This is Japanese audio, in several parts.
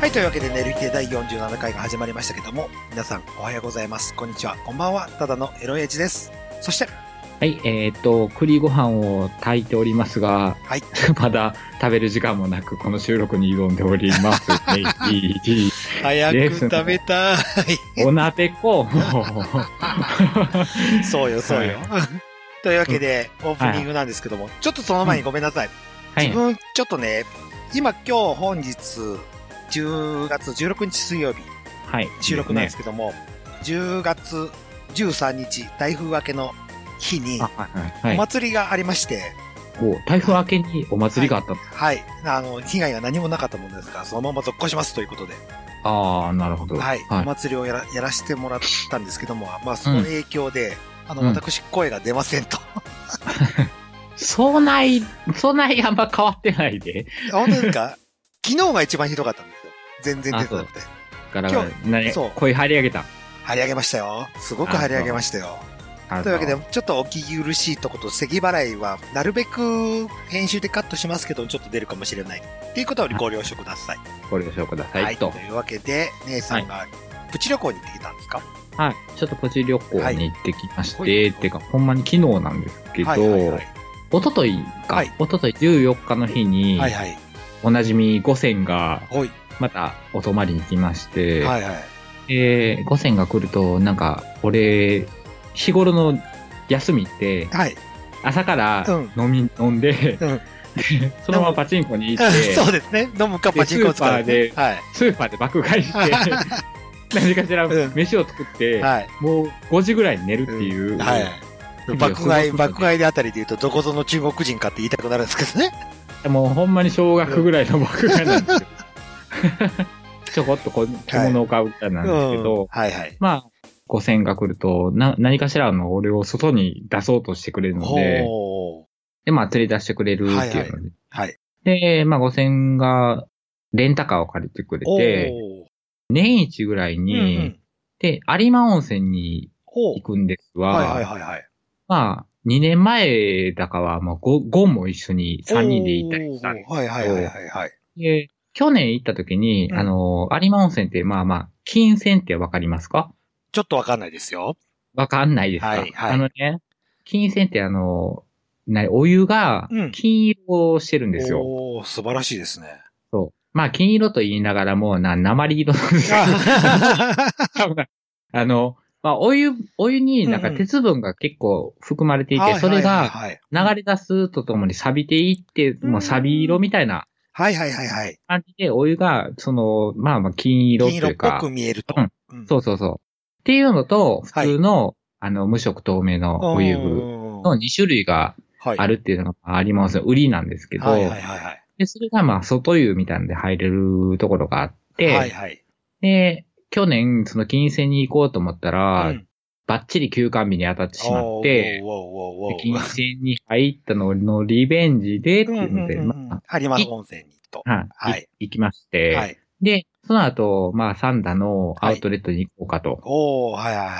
はい、というわけで、寝る日で第47回が始まりましたけども、皆さんおはようございます。こんにちは、こんばんは、ただのエロエイジです。そして、はい、えーっと、栗ご飯を炊いておりますが、はい、 まだ食べる時間もなく、この収録に挑んでおり ます。ネイティ早く食べたお鍋 こう、もう。い。 そうよ、そうよ。というわけで、オープニングなんですけども、ちょっとその前にごめんなさい。はい自、分、ちょっとね、今、今日、本日、10月16日水曜日、はい。収録なんですね。けども、10月13日、台風明けの日にあ、、はい、おはい。祭りがありまして、お台風明けにお祭りがあったんですはい、あの、被害が何もなかったものですから、そのまま続行しますということで、ああ、なるほど。はい、おは祭りをやらやらせてもらったんですけども、まあ、その影響で、あの、うん私、声が出ませんと。 い。そない、そないあんま変わってないで。本当ですか昨日が一番ひどかったんですよ。全然出てなくて。だから今、何そう声張り上げた。張り上げましたよ。すごく張り上げましたよ。というわけで、ちょっとお聞き苦しいとこと、咳払いは、なるべく編集でカットしますけど、ちょっと出るかもしれない。っていうことをご了承ください。ご了承ください。とと。いうわけで、姉さんが、プチ旅行に行ってきたんですかはい。ちょっとプチ旅行に行ってきまして、はいってか、ほんまに昨日なんですけど、はいはいはい。おとといか、はいおととい14日の日に、はいはい。おなじみ五線がほい。またお泊まりに来まして、はいはい。で五線が来ると、なんか、俺、日頃の休みって、はい。朝からう飲み、飲んで、うんで そのままパチンコに行っ て、そうですね。飲むかパチンコを使う、でねスー。はい。スーパーで爆買いして、 何かしらうん飯を作って、はい。もう5時ぐらいに寝るっていう、んはい意味をすご。爆く買い、爆買いであたりで言うと、どこぞの中国人かって言いたくなるんですけどね。もうほんまに小学ぐらいの爆買いな んですよ。ちょこっとこう着物を買うみたいなんですけど、うんはいはい。まあ、五線が来ると、な、何かしらの俺を外に出そうとしてくれるので、ほう。で、まあ、連れ出してくれるっていうので。はい。で、まあ、五線が、レンタカーを借りてくれおて、ー年一ぐらいに、うんうんで、有馬温泉にほう行くんですが、はいはいはいはい。まあ、2年前だかは、まあ、ゴゴンも一緒に3人で行ったりしたんでおーはいはいはいはいはい。で去年行った時に、うんあの、有馬温泉って、まあまあ、金泉ってわかりますかちょっとわかんないですよ。わかんないですか、はいはいあのね、金銭ってあの、なお湯がうん金色をしてるんですよ。おー素晴らしいです ね。そう。まあ、金色と言いながらも、な、鉛色なんですよ。 あの、まあ、お湯、お湯になんうかんうん鉄分が結構含まれていて、それがはい流れ出すとともに錆びていって、うんもう錆び色みたいなはいはいはいはい。感じで、お湯が、その、まあまあ、金色と金色いっうか。ぽく見えると。うんんそうそうそう。っていうのと、普はい通の、あの、無色透明のお湯うんの2種類がはいあるっていうのがありますよ。売りなんですけど、はいはいはいはい。で、それがまあ、外湯みたいなんで入れるところがあって、はいはい。で、去年、その金銭に行こうと思ったら、うんバッチリ休館日に当たってしまっおて、ーおーおーおーおーで金銭に入ったののリベンジで、っていうので、うんうんうんま有馬温泉にと。あ、はい、はい行きまして、はい。で、その後、まあ、サンダのアウトレットに行こうかと、っおー、はいはいはい。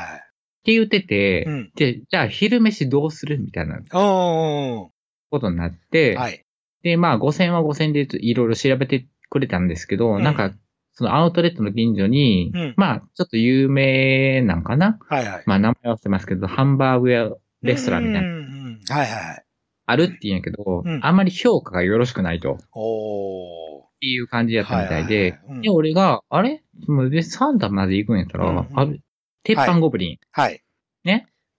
て言ってて、うん。で、じゃあ昼飯どうするみたいなおことになって、ー、はい。で、まあ5000は5000でいろいろ調べてくれたんですけど、うんなんか、そのアウトレットの近所に、うんまあちょっと有名なんかなはいはい。まあ名前忘れますけど、ハンバーグ屋レストランみたいな、うんうんうん。はいはいはい。あるって言うんやけど、うんあんまり評価がよろしくないと、っおー。ていう感じやったみたいで、はははいで、うん俺が、あれもうで、サンダまで行くんやったら、うんうんあ鉄板ゴブリン、はい。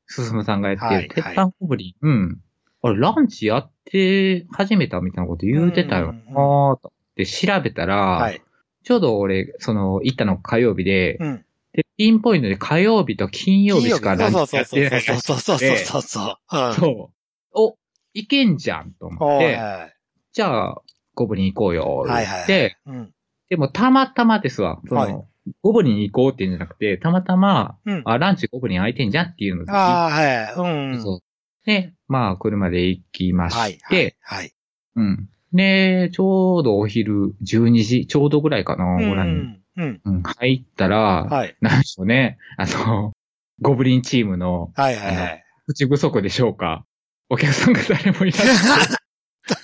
進さんがやってる、はい鉄板ゴブリン、うん。あれ、ランチやって始めたみたいなこと言うてたよなぁと。で、調べたら、はい。ちょうど俺、その、行ったの火曜日で、うん。で、ピンポイントで火曜日と金曜日しかランそうチそやうってないそうそうそうそうそうそう。うんそう。お、行けんじゃんと思っおーて、はじゃあ、ゴブリン行こうよ、い言はっいて、はい。うん。でもたまたまですわ、その、はいゴブリンに行こうっていうんじゃなくて、たまたま、うん。あ、ランチゴブリン空いてんじゃんっていうので、ああ、はい。うん。そう。で、まあ、車で行きまして、はい。はい。はい。うん。で、ちょうどお昼12時、ちょうどぐらいかな、うんご覧に。うん。うん、入ったら、はい。なんでしょうね。あの、ゴブリンチームのはいはいはい。口不足でしょうか。お客さんが誰 もいなくて、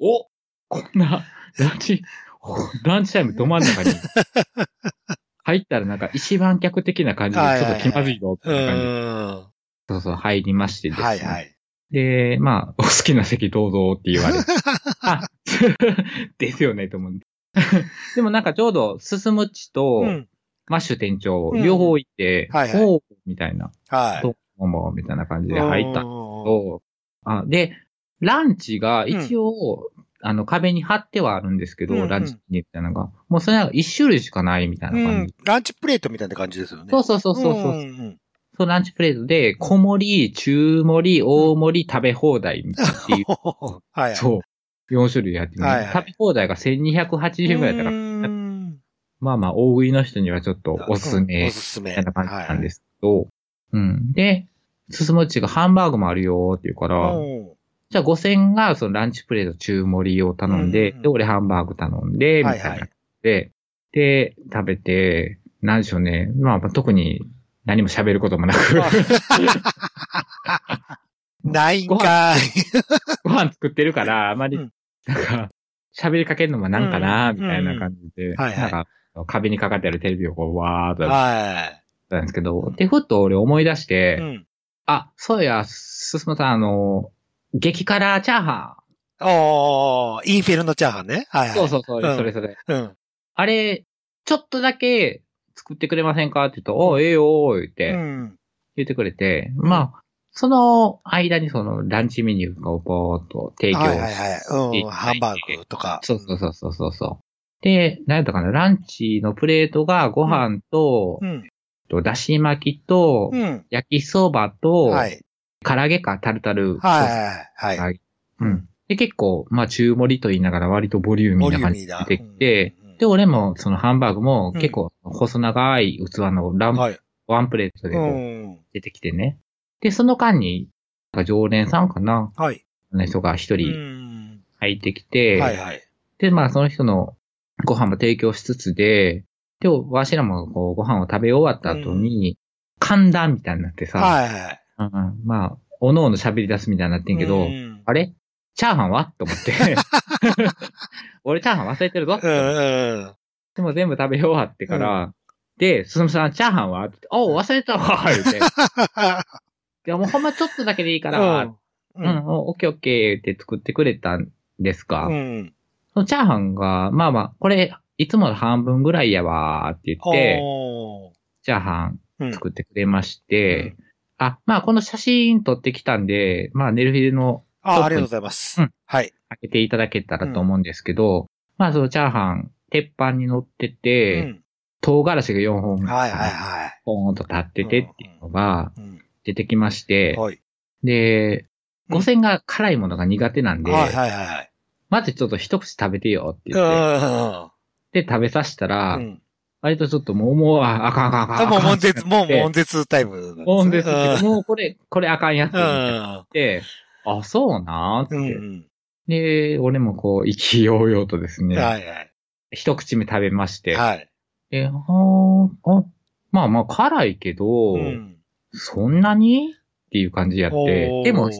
おこんな、ランチ、ランチタイムど真ん中に。入ったらなんか一番客的な感じで、ちょっと気まずいぞってう感じで。ん。そうそう、入りましてですね。はいはい。で、まあ、お好きな席どうぞって言われ て。あ、 ですよね、と思う。 でもなんかちょうど、すすむっちと、うん。マッシュ店長、うん両方行って、はいはいおーみたいな、はい。どうも、みたいな感じで入ったんですけと。ど、あで、ランチが一応、あの、壁に貼ってはあるんですけど、うんうんランチにみたいなのが、もうそれなんか一種類しかないみたいなう感んじ。。ランチプレートみたいな感じですよね。そうそうそうそうそう。んん んそう、ランチプレートで、小盛り、中盛り、大盛り、食べ放題っていう、ほほほはい。う。そう、4種類やってる、はいはい食べ放題が1280円ぐらいだから、うんまあまあ、大食いの人にはちょっとおすすうんめお、すすめ。。みたいな感じなんですすけど、うん。で、すすもっちがハンバーグもあるよーって言うから、うんじゃあ5000円がそのランチプレート中盛りを頼んで、うんうんで、俺ハンバーグ頼んで、みたいな。はいはいで、で、食べて、なんでしょうね。まあ、まあ特に何も喋ることもなく、ないんかい。ご飯作ってるから、あまりうん、なんか、喋りかけるのもなんかな、うんみたいな感じで、んはいはいなんか、壁にかかってあるテレビをこう、わーっとやっはてたんですけど、で、ふっと俺思い出して、い。うん。あ、そうや、すすむさん、あの、激辛チャーハおー、インフェルノチャーハンね。はいン。はい。そうそうそう、うんそれそれ。うん。あれ、ちょっとだけ作ってくれませんかって言うと、おうええよ、言っうて、ん。言ってくれて、まあ、その間にそのランチメニューをぼーっと提供はいはいはい。うん。提供ハンバーグとか。そうそうそうそうそうそう。で、何やったかな、ランチのプレートがご飯と、うん。とだし巻きと、うん。焼きそばと、はい。唐揚げかタルタル。はいはいはい。はいうん。で、結構、まあ中盛りと言いながら割とボリューミーな感じで出てきて、うん、で、俺もそのハンバーグもうん結構細長い器のラン、はい。ワンプレートでう。こうん出てきてね。で、その間に、なんか常連さんかなはい。の人が一う人ん。入ってきて、はいはい。で、まあその人のご飯も提供しつつで、で、わしらもこうご飯を食べ終わった後に、寒暖みたいになってさ、はいはい。うんうんまあ、おのおの喋り出すみたいになってんけど、うんあれチャーハンはと思って。 俺チャーハン忘れてるぞ。うんうん。でも全部食べ終わってから、で、すすむさん、チャーハンはっておう忘れたわ言うて。いや、もうほんまちょっとだけでいいから、ううん、ん。おオッケーオッケーって作ってくれたんですか。うん。そのチャーハンが、まあまあ、これ、いつもの半分ぐらいやわーって言って、おーチャーハンうん作ってくれまして、あ、まあこの写真撮ってきたんで、まあネルフィルのあ、ありがとうございます。うんはい。開けていただけたらと思うんですけど、まあそのチャーハン、鉄板に乗ってて、うん唐辛子が4本、はいはいはポーンと立っててっていうのがい。うん出てきまして、はい。で、うん五線が辛いものが苦手なんで、はいはいはい。まずちょっと一口食べてよってう言って、んで食べさせたら、うん。割とちょっともう、もう、ああかんあかんあかあん。もう悶あ絶、かんもう悶絶タイムなんですね。悶絶ってうんもうこれ、これあかんやつって言うって、あ、そうなーん。うって。ん。で、俺もこう、意気揚々とですね、はいはい。一口目食べまして、はい。え、はあ、あまあまあ辛いけど、うんそんなにっていう感じやっおてー、でも、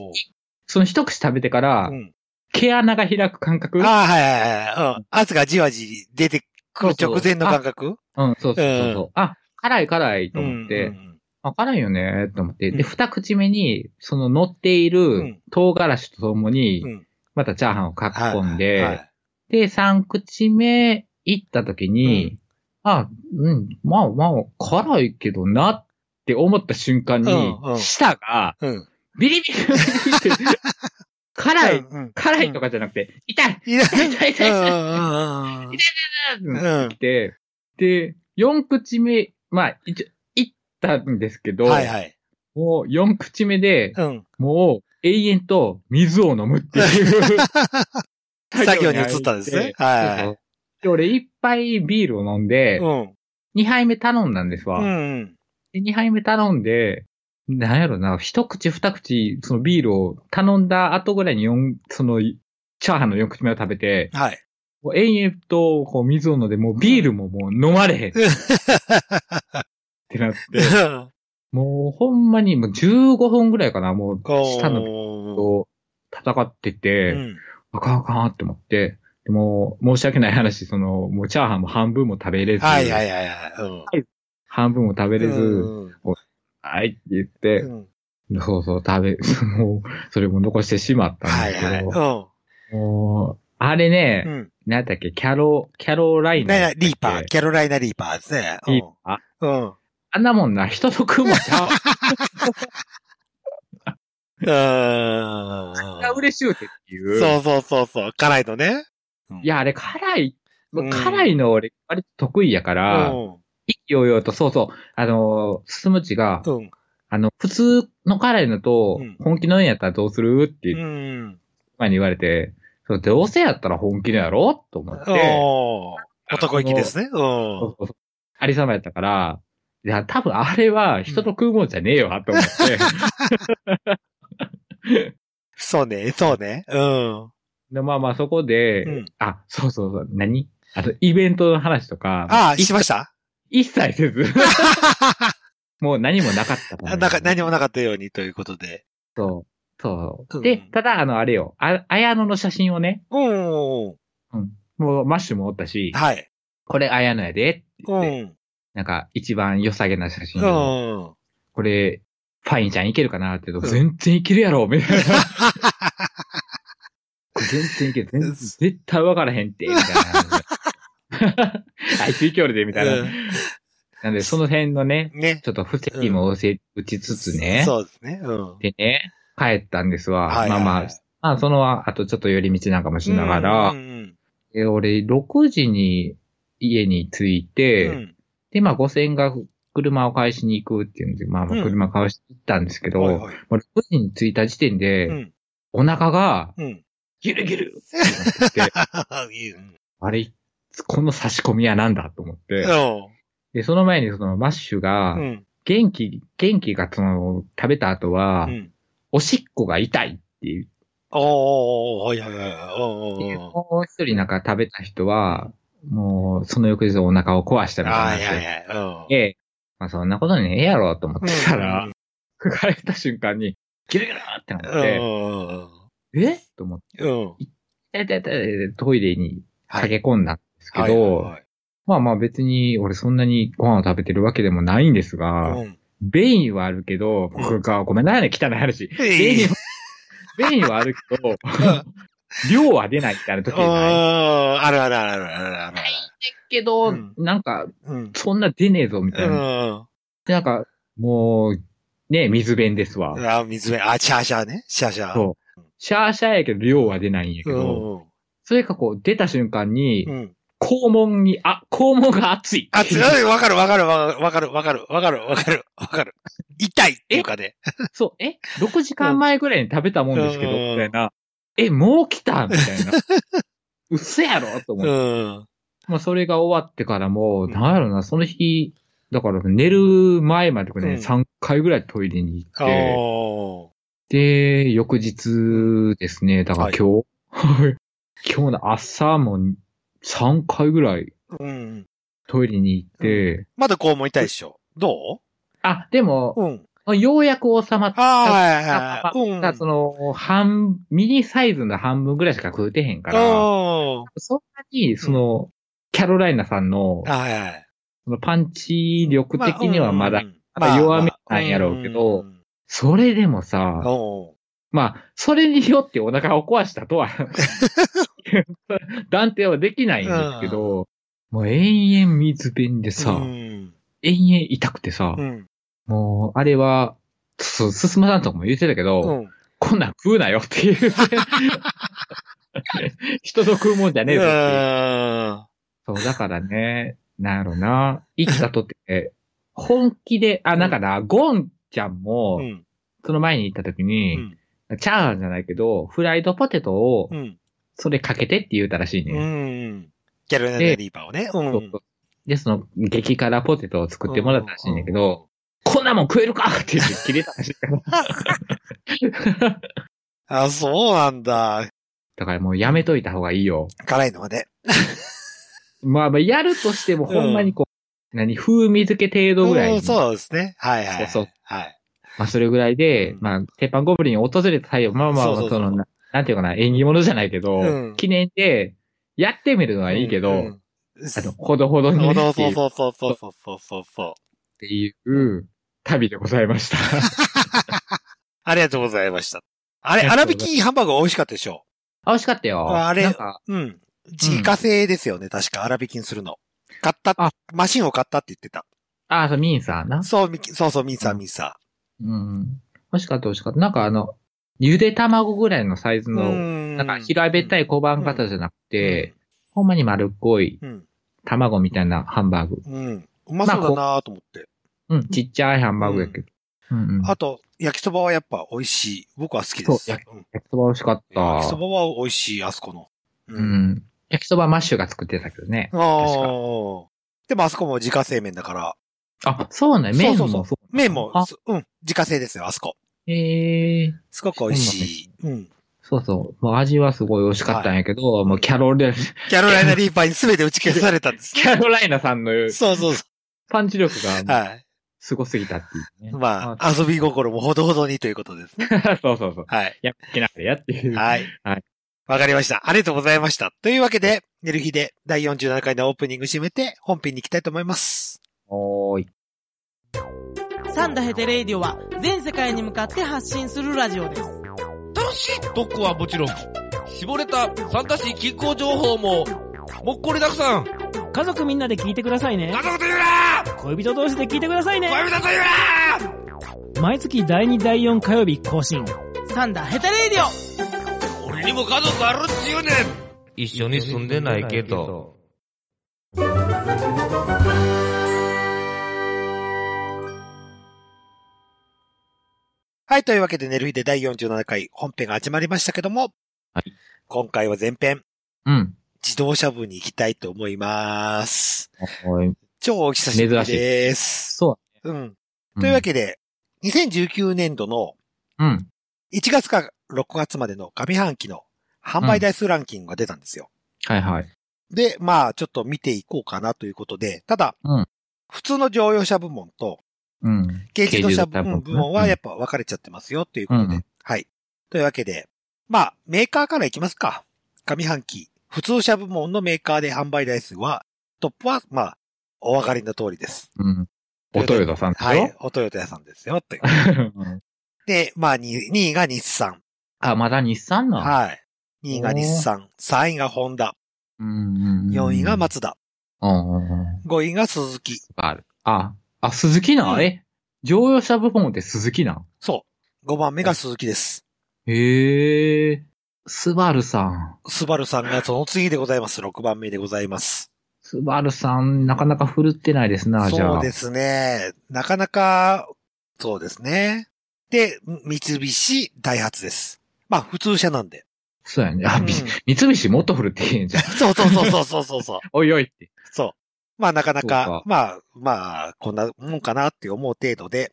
その一口食べてから、うん毛穴が開く感覚ああ、はいはいはい。うん。圧がじわじ出てくる直前の感覚うん、そうそうそうそううあ、辛い辛いと思って、うんあ、辛いよねと思って、うんで、二口目に、その乗っていうるん唐辛子とともうに、ん。またチャーハンをかき込んで、はいはいで、三口目行った時に、あ、うん、まあまあ、辛いけどなって思った瞬間に、うんうん舌が、うん。ビリビリビ リって、辛い、うん。辛いとか。かじゃなくて、痛いいない。痛い痛い痛い痛いうんうん痛いうんうん。来て、で、4口目、まあ、一応、行ったんですけど、うん。はいはい。もう4口目で、うん。もう永遠と水を飲むっ ていう作業に移ったんですね。はいそうはそい。うで、俺一杯ビールを飲んで、うん。 2杯目頼んだんですわ。うん。で2杯目頼んで、なんやろな、一口二口、そのビールを頼んだ後ぐらいに四その、チャーハンの4口目を食べて、はい。もう延々とこう水を飲んで、もうビールももう飲ま れへんっうんてなって、もうほんまにもう15分ぐらいかな、もう下のこと戦ってて、う。うんあかんあかんって思って、でも、申し訳ない話、その、もうチャーハンも半分も食べれず、はいはいはいはい。うん半分も食べれず、うんはいって言ってう、んそうそう、食べ、 もう、それも残してしまったんはでいすけど、はもう、あい。れうん。ね、うん。なんだっけ、キャロ、キャロライナなだっなけ。リーパー、キャロライナリーパーですね。うんリーパーうん。あんなもんな、人と食うもんちゃう。うーん。 あ嬉しゅうてっていう。そうそうそうそう。辛いのね。いや、あれ辛い、うん辛いの俺、割と得意やかうら、ん。意気揚々と、そうそう、あのー、進むちが、うん。あの、普通の辛いのとうん、本気のやったらどうするってうん。前に言われて、そうどうせやったら本気のやろと思って、おー男気ですね。うん。そうそうそうありさまやったから、いや、多分あれは人と食うもんじゃねえよ、と 思って。そうね、そうね。うん。で、まあまあそこで、うんあ、そうそうそう、何あと、イベントの話とか、ああ、しました一切 せず、もう何もなかったから、なんか何もなかったようにということで。そう。そう。うんで、ただ、あの、あれよ、あ、綾野の写真をね、うん。もうマッシュもおったし、はい。これ綾野やで、ってう言って、ん。なんか一番良さげな写真うを、ん。これ、ファインちゃんいけるかなって言うと、うん全然いけるやろ、みたいな。 全然いける。全然絶対わからへんって、みた いな。あいついけるで、みたいな。なんで、その辺のね、ね。ちょっと不正義も教え打ちつつね、そうですね。うん。でね、帰ったんですわ。はいはいはいまあまあ、まあ、その後ちょっと寄り道なんかもしながら、うんうんで俺、6時に家に着いて、うんで、まあ、5000が車を返しに行くっていうんで、まあ、まうあん車返しに行ったんですけど、はいはいもう6時に着いた時点で、うん。お腹が、うん。ギュルギュルってなってきて うんあれ、この差し込みはなんだと思って、で、その前にそのマッシュがう、ん。元気、元気がその、食べた後は、うん。おしっこが痛いって言っておー、はいはいはいはい。おーおーおーもう一人なんか食べた人は、もう、その翌日お腹を壊したみたはいいにはないって。はい。うんええ。まあ、そんなことにねえやろと思ってたうら、帰った瞬間に、ギルギルってなって、んえと思って、うん。うん。痛い痛い痛い痛いトイレにはい駆け込んだんですけど、まあまあ別に俺そんなにご飯を食べてるわけでもないんですが、うん。ベインはあるけど、うん僕がごめんなさいね、汚い話。ベえイえンは、ベインはあるけ ど、量は出ないってある時うんない。あるあるあるあるあるある。けど、うんなんか、うん。そんな出ねえぞ、みうたいな。ん。でなんか、もう、ね、水弁ですわ。あ、水辺。あ、シャーシャーね。シャーシャー。そう。シャーシャーやけど、量は出ないんやけうど、ん。それかこう、出た瞬間にう、ん。肛門に、あ、肛門が熱い。あ、つ、うんわかるわかるわかるわかるわかるわかるわかる。痛いっていうかね。そう、え ?6 時間前ぐらいに食べたもんですけど、うんみたいな。え、もう来た みたいな。嘘やろと思っうて。ん。まあ、それが終わってからも、うんなんやろな、その日、だから寝る前までとかね、うん3回ぐらいトイレに行って、おーで、翌日ですね、だから今日、はい、今日の朝も3回ぐらいうん。トイレに行って、まだ肛門痛いでしょ。どあ、でもう、うん。ようやく収まっあた。あ、はいはいはい。うただん。その、半、ミニサイズの半分ぐらいしか食うてへんから、おーそんなに、その、キャロライナさんの、はいはい。そのパンチ力的にはまだ、まあ、まだ弱めなんやろうけどうんそれでもさ、おうまあ、それによってお腹を壊したとは、 断定はできないんですけど、もう延々水弁でさ、うん延々痛くてさ、うん。もう、あれは、そう、すすまさんとかも言ってたけど、うん。こんなん食うなよっていう。 人と食うもんじゃねえぞっていう。うんそう、だからね、なんやろな、生きたとって、本気で、あ、なんかな、ゴンちゃんも、うん。その前に行った時に、うんチャーハンじゃないけど、フライドポテトをう、ん。それかけてって言うたらしいね。うん。ギャルナデリーパーをね。うそうんそう。で、その、激辛ポテトを作ってもらったらしいんだけうんうんど、こんなもん食えるかって言って切れたらしいから。 あ、そうなんだ。だからもうやめといた方がいいよ。辛いのまで。まあまあ、やるとしてもほんまにこう、何、風味付け程度ぐらい。うんそうですね。はいはい。そうそうはい。まあ、それぐらいで、うんまあ、鉄板ゴブリンを訪れた際は、まあまあ、そうそそうそうの、ななんていうかな、縁起物じゃないけど、うん記念で、やってみるのはいいけど、うんうんあの、ほどほどにねそうってそいううそうそうそうそうそうそうそう。っていう旅でございま した。ありがとうございました。あれ、ありが粗挽とうございますきハンバーグ美味しかったでしょあ、美味しかったよ。ああれなんか、うん。自家製ですよね、確か。粗挽きにするの。買ったあ、マシンを買ったって言ってた。あ、そう、ミンさんな。そう、みそうそう、ミンサー、うんミンサうん。美味しかった、美味しかった。なんかあの、ゆで卵ぐらいのサイズー。の、んなんか平べったい小判型じゃなくて、ほんまに丸っこいうん。卵みたいなハンバーグ。うん。うんうまそうだなと思って。うん、ちっちゃいハンバーグやけど。うん、うん、あと、焼きそばはやっぱ美味しい。僕は好きです。そう焼うん焼きそば美味しかっ焼きそた。ばは美味しい、あそこの。うう。ん。焼きそばマッシュが作ってたけどね。ああ。でもあそこも自家製麺だから、あ、そうね。麺そもうそうそう麺もあ、、すうん、自家製ですよ、あそこ。ええすごく美味しい。うん。そうそう。もう味はすごい美味しかったんやけど、もうキャ ロライナ、キャロライナリーパーに全て打ち消されたんです。 キャロライナさんのそうそうそパンチ力う。がはい。すごすぎたっていうね。まあ、遊び心もほどほどにということですね。あ。そうそうそう。 はい。やっけなくてやっていう。はい。はい。わかりました。ありがとうございました。というわけで、寝る日で第47回のオープニング締めて本編に行きたいと思います。おーい。サンダヘテレイディオは全世界に向かって発信するラジオです。楽しい特攻はもちろん、絞れた参加し気候情報も、もっこりたくさん家族みんなで聞いてくださいね家。族と言うな恋人同士で聞いてくださいね。恋人と言うな毎月第2、第4火曜日更新。サンダヘテレイディオ俺にも家族あるっちゅうねん一緒に住んでないけど。はい。というわけで、寝る日で第47回本編が始まりましたけども、はい今回は前編、うん。自動車部に行きたいと思います。おーい超お久しぶり珍しいです。そうん。う。というわけけ。で、2019年度のうん。 1月から6月までの上半期の販売台数ランキングが出たんですよ。はいはい。で、まあ、ちょっと見ていこうかなということで、ただ、うん普通の乗用車部門とうん。軽自動車部軽自動車部門門ね部門はやっぱ分かれちゃってますよということで、うんはい。というわけで、まあ、メーカーからいきますか。上半期、普通車部門のメーカーで販売台数は、トップは、まあ、お分かりの通りです。うん。おトヨタさんでしょはい。おトヨタ屋さんですよ。といううんで、まあ、2位が日産。 あ、まだ日産なのはい。2位が日産。3位がホンダ。うんうん。 4位が松田。うんうんうん。 5位が鈴木。ある。あ、あ、鈴木なうんんえ乗用車部門って鈴木なんそう。5番目が鈴木です。へえ。スバルさん。スバルさんがその次でございます。6番目でございます。スバルさん、なかなか振るってないですな、じゃあ。そうですね。なかなか、そうですね。で、三菱、ダイハツです。まあ、普通車なんで。そうやね。あ、うんみ三菱もっと振るっていい んじゃん。そうそうそうそうそうそうそう。おいおいって。そう。まあ、なかなそうかか、まあ、まあ、こんなもんかなって思う程度で。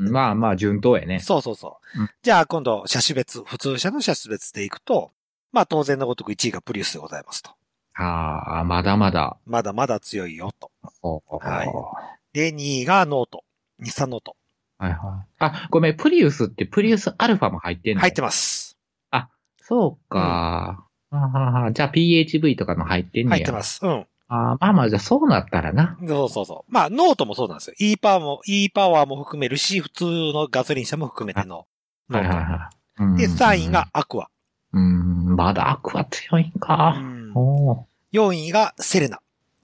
うんまあまあ、順当やね。そうそうそう。うんじゃあ、今度、車種別、普通車の車種別でいくと、まあ、当然のごとく1位がプリウスでございますと。ああ、まだまだ。まだまだ強いよと。おおはいはで、2位がノート。日産ノート。いはい。あ、ごめん、プリウスってプリウスアルファも入ってんの入ってます。そうか。あははじゃあ PHV とかも入ってんねや。。入ってますす。うん。あーまあまあ、じゃあそうなったらな。そうそうそう。まあ、ノートもそうなんですよ。E パワーも、E パワーも含めるし、普通のガソリン車も含めての。はいはいはいうん。で、3位がアクア。うん、まだアクア強いんか。おー4位がセレナ。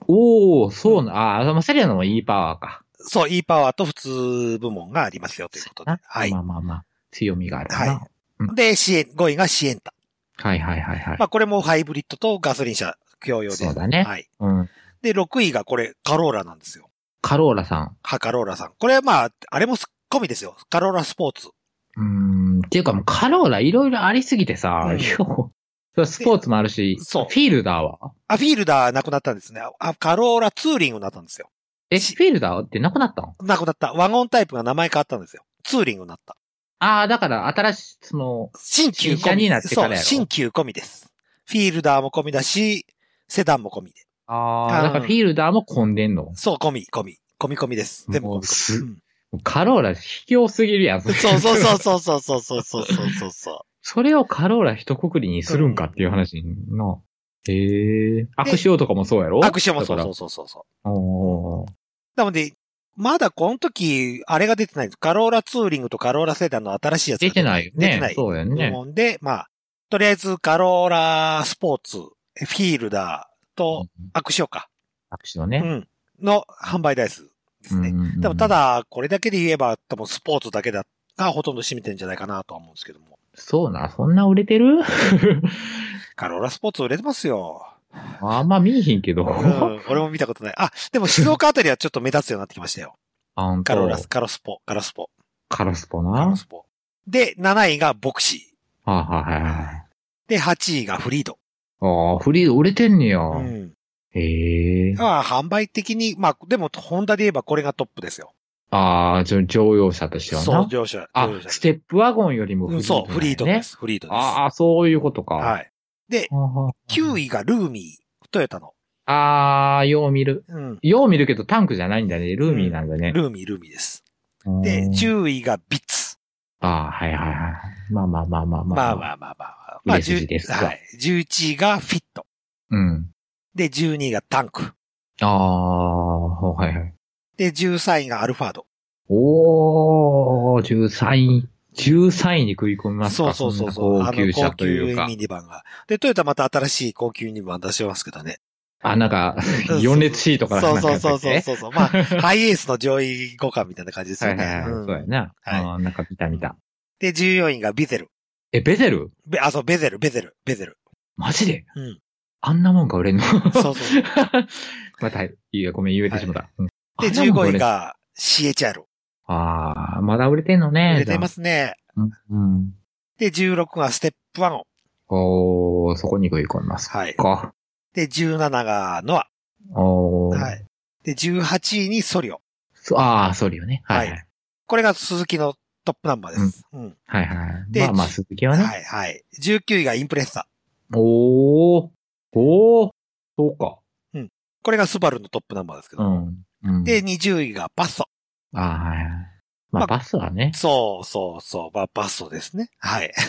おー、そうな、あー、まあ、セリアのもいいパワーか。そう、E パワーと普通部門がありますよということでな。はいま。あまあまあ、強みがあるな。はあで、シエン、5位がシエンタ。はいはいはいはい。まあ、これもハイブリッドとガソリン車共用で。そうだねはい。うん。で、6位がこれ、カローラなんですよ。カローラさん。は、カローラさん。これはまあ、あれもすっ込みですよ。カローラスポーツ。うーん。っていうかもうカローラいろいろありすぎてさ、うんようそうスポーツもあるし、そうフィールダーはあ、フィールダーなくなったんですね。あ、カローラツーリングになったんですよ。え、フィールダーってなくなったのなくなった。ワゴンタイプが名前変わったんですよ。ツーリングになった。ああ、だから新しい、その、新旧新車込み。になってからやろそう、新旧込みです。フィールダーも込みだし、セダンも込みで。ああーあ、だからフィールダーも混んでんの。そう、込み、込み。込み込みです。全部込もみうす込み。カローラ卑怯すぎるやん。うんそうそうそうそうそうそ うそうそうそうそう。それをカローラ一括りにするんかっていう話にな。へえ。握手用とかもそうやろ握手もそうだそかうそうそうそう。らおーなので、まだこの時、あれが出てないんです。カローラツーリングとカローラセダンの新しいやつが出てないよね。出てないそうやんね。思うんで、まあ、とりあえずカローラスポーツ、フィールダーとうんアクションか。握手のうね。ん。の販売台数ですね。うんでもた、だ、これだけで言えば、多分スポーツだけだがほとんど占めてんじゃないかなとは思うんですけども。そうな、そんな売れてるカローラスポーツ売れてますよ。あんま見えへんけど。うん、俺も見たことない。あ、でも静岡あたりはちょっと目立つようになってきましたよ。あんカローラとス、カロスポ、カロスポ、カラスポカなロ。スポ。で、7位がボクシはいはいはいはい。ー。で、8位がフリード。ああ、フリー売れてんねや。うん。へえ。まあ、販売的に、まあ、でも、ホンダで言えばこれがトップですよ。ああ、じょ乗用車としてはな。そう、乗車。あ乗、車ステップワゴンよりもうフリーん、ドなんそやね、う、フリードです。フリードです。ああ、そういうことか。はい。で、9位。位がルーミー、トヨタの。ああ、よう見る。うん。よう見るけどタンクじゃないんだね。ルーミーなんだね。ルーミー、ルーミーです。うんで、10位がビッツ。ああ、はいはいはい。まあまあまあまあまあ。まあまあまあまあ。まあ、売れ筋ですかはい。11位がフィット。うん。で、12位がタンク。ああ、はいはい。で、13位がアルファード。おー、13位、13位に食い込みますそうかそうそうそんう。なあ高級の、車高と級いうかミ。ニバンが。で、トヨタまた新しい高級ミニバン出してますけど ね。あ、なんか、4列シートからそうなんそやうったそっうけそうそうそう。まあ、ハイエースの上位互換みたいな感じですはよいね。はいはい。うんそうやな。はいあーなんか見た見た。で、14位がビゼル。え、ベゼルべあ、そう、ベゼル、ベゼル、ベゼ ル。マジでうん。あんなもんか売れんのそうそう。 また、いいや、ごめん、言えてしまった。うんで、あんなもん15売位れんが CHR。あー、まだ売れてんのね。。売れてますすね。うんうん。で、16がステップワゴン。おー、そこに食い込みます。はいか。で、17がノア。おー。はい。で、18位にソリオ。そあー、そうよね。はいはい。これが鈴木のトップナンバーです。うん。はいはい。でまあまあ、鈴木はね。はい、はい。19位がインプレッサ。おー。おー。そうか。これがスバルのトップナンバーですけうど。ん。うん、で、20位がバッソ。あーはいはい。ままあ、あバスは ね。そうそうそう。まあ、バッソですね。 はい。バ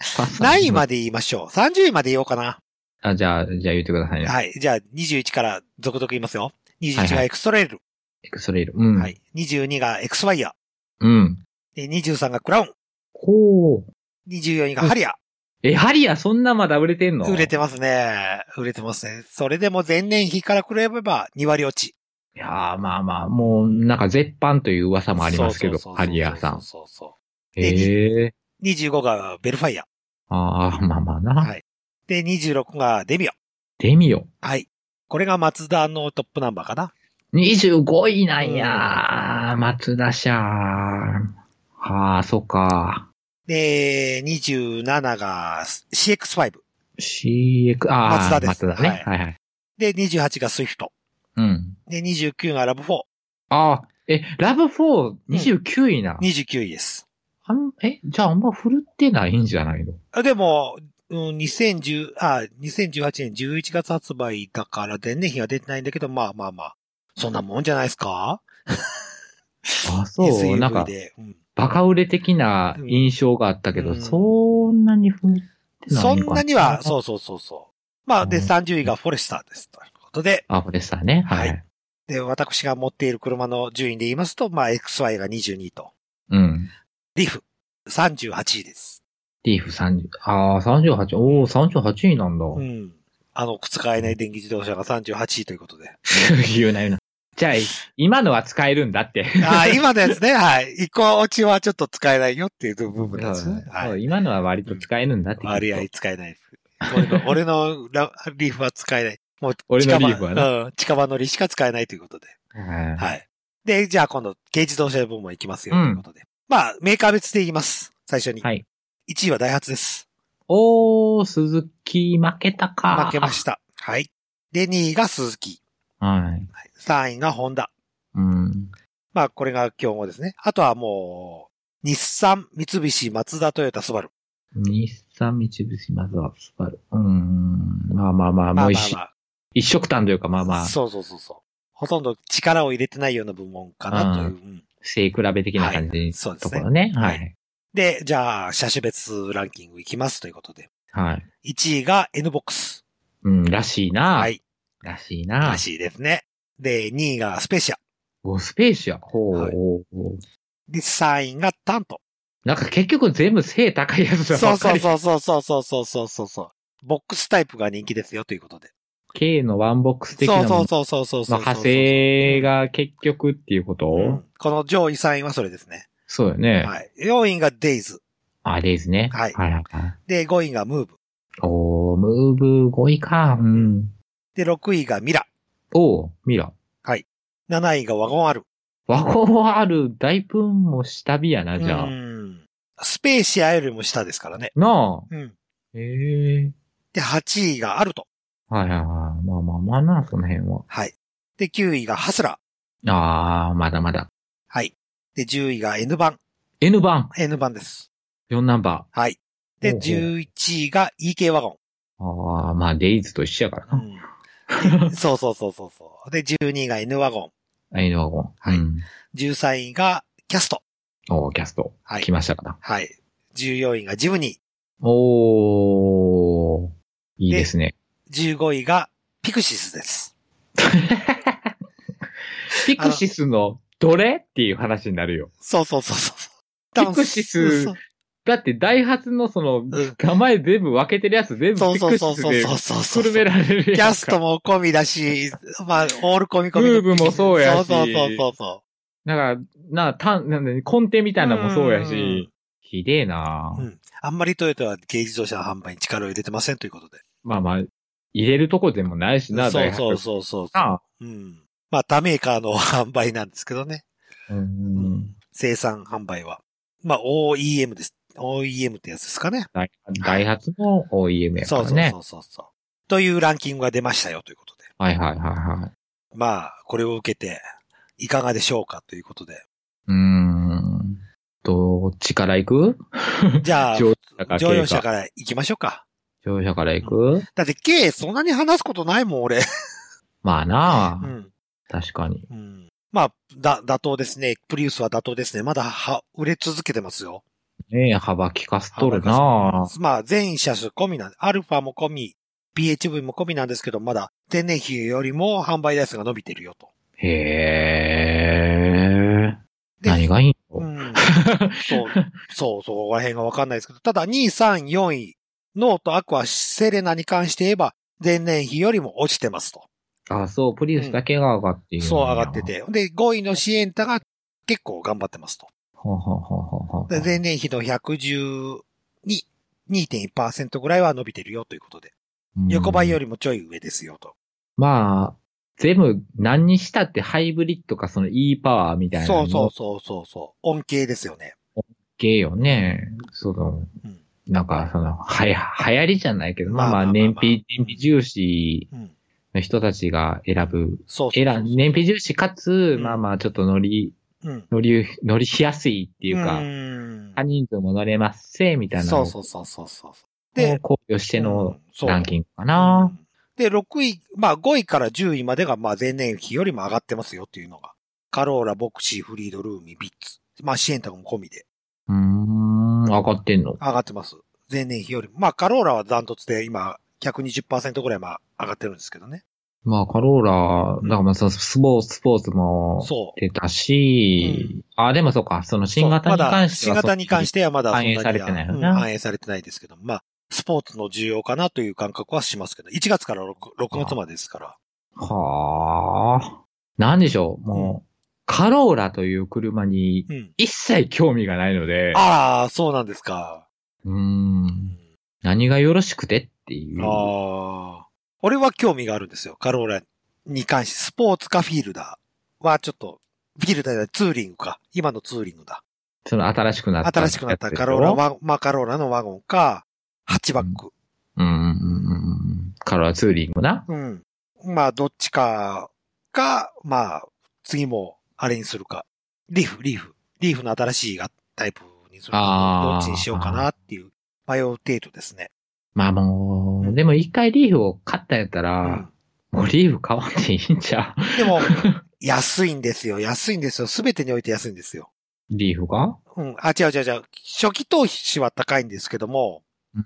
スはね何位まで言いましょう。30位まで言おうかな。あ、じゃあ、じゃあ言ってくださいね。はい。じゃあ、21から続々言いますよ。はい21はがいエクストレイル。エクソレイル。うん。はい。22がエクスワイヤうん。ー。で23がクラウン。ほう。 24位がハリアえ、ハリア、そんなまだ売れてんのー。売れてますね。売れてますね。それでも前年比から比べれば2割落ち。いやー、まあまあ、もう、なんか絶版という噂もありますけどそうそうそうそ、うハリアさん。そうそうそうでへえ。 25がベルファイア。ああ、まあまあな。はいで、26がデミオ。デミオ。はい。これがマツダのトップナンバーかな。 25位なんやー、松田社。はあ、そっか。で、27が CX5。 CX、ああ、マツダです松田ね。ははいはい。で、28がスイフト。うん。で、29がラブ4。ああ、え、ラブ4、29位な。 29位です。あんえ、じゃああんま振るってないんじゃないのあでも、うん、2010、あ、2018年11月発売だから前年比は出てないんだけど、まあまあまあ。そんなもんじゃないですかあ、そう、な ?SUV んか、で。うんバカ売れ的な印象があったけど、うんそんなに振ってないのそかんなには、そうそうそうそう。まあ、で、うん30位がフォレスターです。ということで、あ、フォレスターね。はい。はいで、私が持っている車の順位で言いますと、まあ、XY が22位と、うん。リーフ38位です。リーフ30、ああ、38、おお、38位なんだ。うん。あの、使えない電気自動車が38位ということで。 言うな言うな。じゃあ、今のは使えるんだって。あ あ、今のやつね、はい。一個落ちはちょっと使えないよっていう部分ですね。そはうい。今のは割と使えるんだって。割合使えない。俺 の、俺のラリーフは使えない。もう、俺の近場リーフはなうん、近場のリしか使えないということで。はいはい。で、じゃあ今度、軽自動車部門行きますよ、うとんいうことで。まあ、メーカー別で言います。最初に。はい。 1位はダイハツです。おー、鈴木負けたか。負けました。はい。で、2位が鈴木。た。はい。はい3位がホンダ。うん。まあ、これが競合ですね。あとはもう、日産、三菱、マツダ、トヨタ、スバル。日産、三菱、まずは、スバル。うーん。まあまあまあ、もう一,、あ。一色単というか、まあまあ、そうそうそうそう。ほとんど力を入れてないような部門かなという。うん性比べ的な感じいそうのですとねころね。は。はいで、じゃあ、車種別ランキングいきますということで。はい。 1位が N ボックス。うん、らしいな。はい。らしいな。らしいですね。で、2位がスペシャ。お、スペーシア。ほう、はいほうほうで、3位がタント。なんか結局全部背高いやつだそうそうう。そうそうそうそうそうそうそうそう。ボックスタイプが人気ですよということで。 K のワンボックス的なそもうのそのうそうそうそうそう。派生が結局っていうこと、うんこの上位3位はそれですね。そうよね。はい。4位がデイズ。あれですね。はいはいはいはいで、5位がムーブ。おー、ムーブ5位か。うん。で、6位がミラ。おー、ミラ。 7位がワゴンアル。ワゴン R、大分も下火やな、じゃあ。うんスペーシアよりも下ですからね。なあ。うん。ええで、8位がアルト。はいはいはい。まあまあまあな、その辺は。はい。で、9位がハスラー。ああ、まだまだ。はい。で、10位が N 版。 N 番、 N 版です。 4ナンバはい。で、ほうほう11位が EK ワゴー。ああ、まあ、デイズと一緒やからな。ン。うん、そうそうそうそうそう。で、12位が N ワゴアイヌワゴン。はいうんン。13位がキャスト。おー、キャスト。はい来ましたから。はい。14位がジムニおー、いいですね。ー。15位がピクシスです。ピクシスのどれっていう話になるよ。そうそうそうそう。多分ピクシスそう、だって、ダイハツのその、ん名前全部分けてるやつ全部そうピそうクそうシスそうでそうそうそくう。るめられるキやんかャストも込みだし、まあ、オール込み込みの。ムーブもそうやしそうそうそうそなんか、な、たん、なんだね、コンテみたいなのもそうやし、ひでえな、う。うん。あんまりトヨタは軽自動車の販売に力を入れてませんということで。まあまあ、入れるとこでもないしな、そダイうハツ。そうそうそう。なうん。まあ、他メーカーの販売なんですけどね。うん。生産販売は。まあ、OEM です。OEM ってやつですかね。ダイダイハツの OEM やかそうらそうねそ。うそうそう。というランキングが出ましたよということで。はいはいはいはい。まあ、これを受けて、いかがでしょうかということ で。うーん。どっちから行くじゃあ、乗車か乗用車軽かから行きましょうか。乗用車から行くだって、K、そんなに話すことないもん、俺。まあなうあ、ん。確かに。うん。まあ、だ、妥当ですね。プリウスは妥当ですね。まだ、は、売れ続けてますよ。ねえ、幅利かせとるなあまあ、全車種込みなんで、アルファも込み、PHV も込みなんですけど、まだ、天然比よりも販売台数が伸びてるよと。へえ。で何がいいの、うん。 そう、そう、そこら辺がわかんないですけど、ただ、2位、3位、4位、ノート、アクア、セレナに関して言えば、前年比よりも落ちてますと。あ、そう、プリウスだけが上がっている、そう上がって。て。で、5位のシエンタが結構頑張ってますと。ほうほうほうほうほうで前年比の112、2.1%ぐらいは伸びてるよということで。横ばいより。りもちょい上ですよと。まあ、全部何にしたってハイブリッドかその E パワーみたいな。そうそう。そうそうそう。恩恵ですよね。系よね。その、うんなんかその、はや、流行りじゃないけど、まあままああまあまあ燃費、燃費重視うん。の人たちが選ぶ。そうそうそう選、燃費重視かつ、うんまあまあちょっと乗り、うん。っ乗り、乗りしやすいってていうか、他人数も乗れますせ、みたいなそうのをそうそうそうそう。で、考慮してのそうランキングかな。うんで、6位、まあ5位から10位までが、まあ前年比よりも上がってますよっていうのが。カローラ、ボクシー、フリード、ルーミー、ビッツ。まあシエンタも込みでうーん、上がってんの。上がってます。前年比よりも。まあカローラはダントツで今120%ぐらいまあ上がってるんですけどね。まあ、カローラ、だからまあ、そのスポーツ、スポーツもそう出たし、あ、でもそうか、その新型に関してそうまだ新はそ型に関してはまだそんなに反映されてないようんな反映されてないですけど、まあ、スポーツの需要かなという感覚はしますけど、1月から 6, 6月までですから。はあ。なんでしょう、もう、カローラという車にうん。一切興味がないので、ああ、そうなんですか。うー、うんん何がよろしくてっていう。ああ。俺は興味があるんですよ。カローラに関して、スポーツかフィールダーはちょっと、フィールダーじゃないツーリングか。今のツーリングだ。その新しくなった。新しくなったカローラワ、まあカローラのワゴンか、ハッチバック。うんうんうんうんうん。カローラツーリングな。うん。まあ、どっちかか、まあ、次も、あれにするか。リーフ、リーフ。リーフの新しいがタイプにするかどあ、ーっちにしようかなっていう、迷う程度ですね。まあもう、でも一回リーフを買ったんやったうらん、もうリーフ買わんでいいんちゃうでも、安いんですよ。安いんですよ。すべてにおいて安いんですよ。 リーフがうん。あ、違う違う違う。初期投資は高いんですけども、うん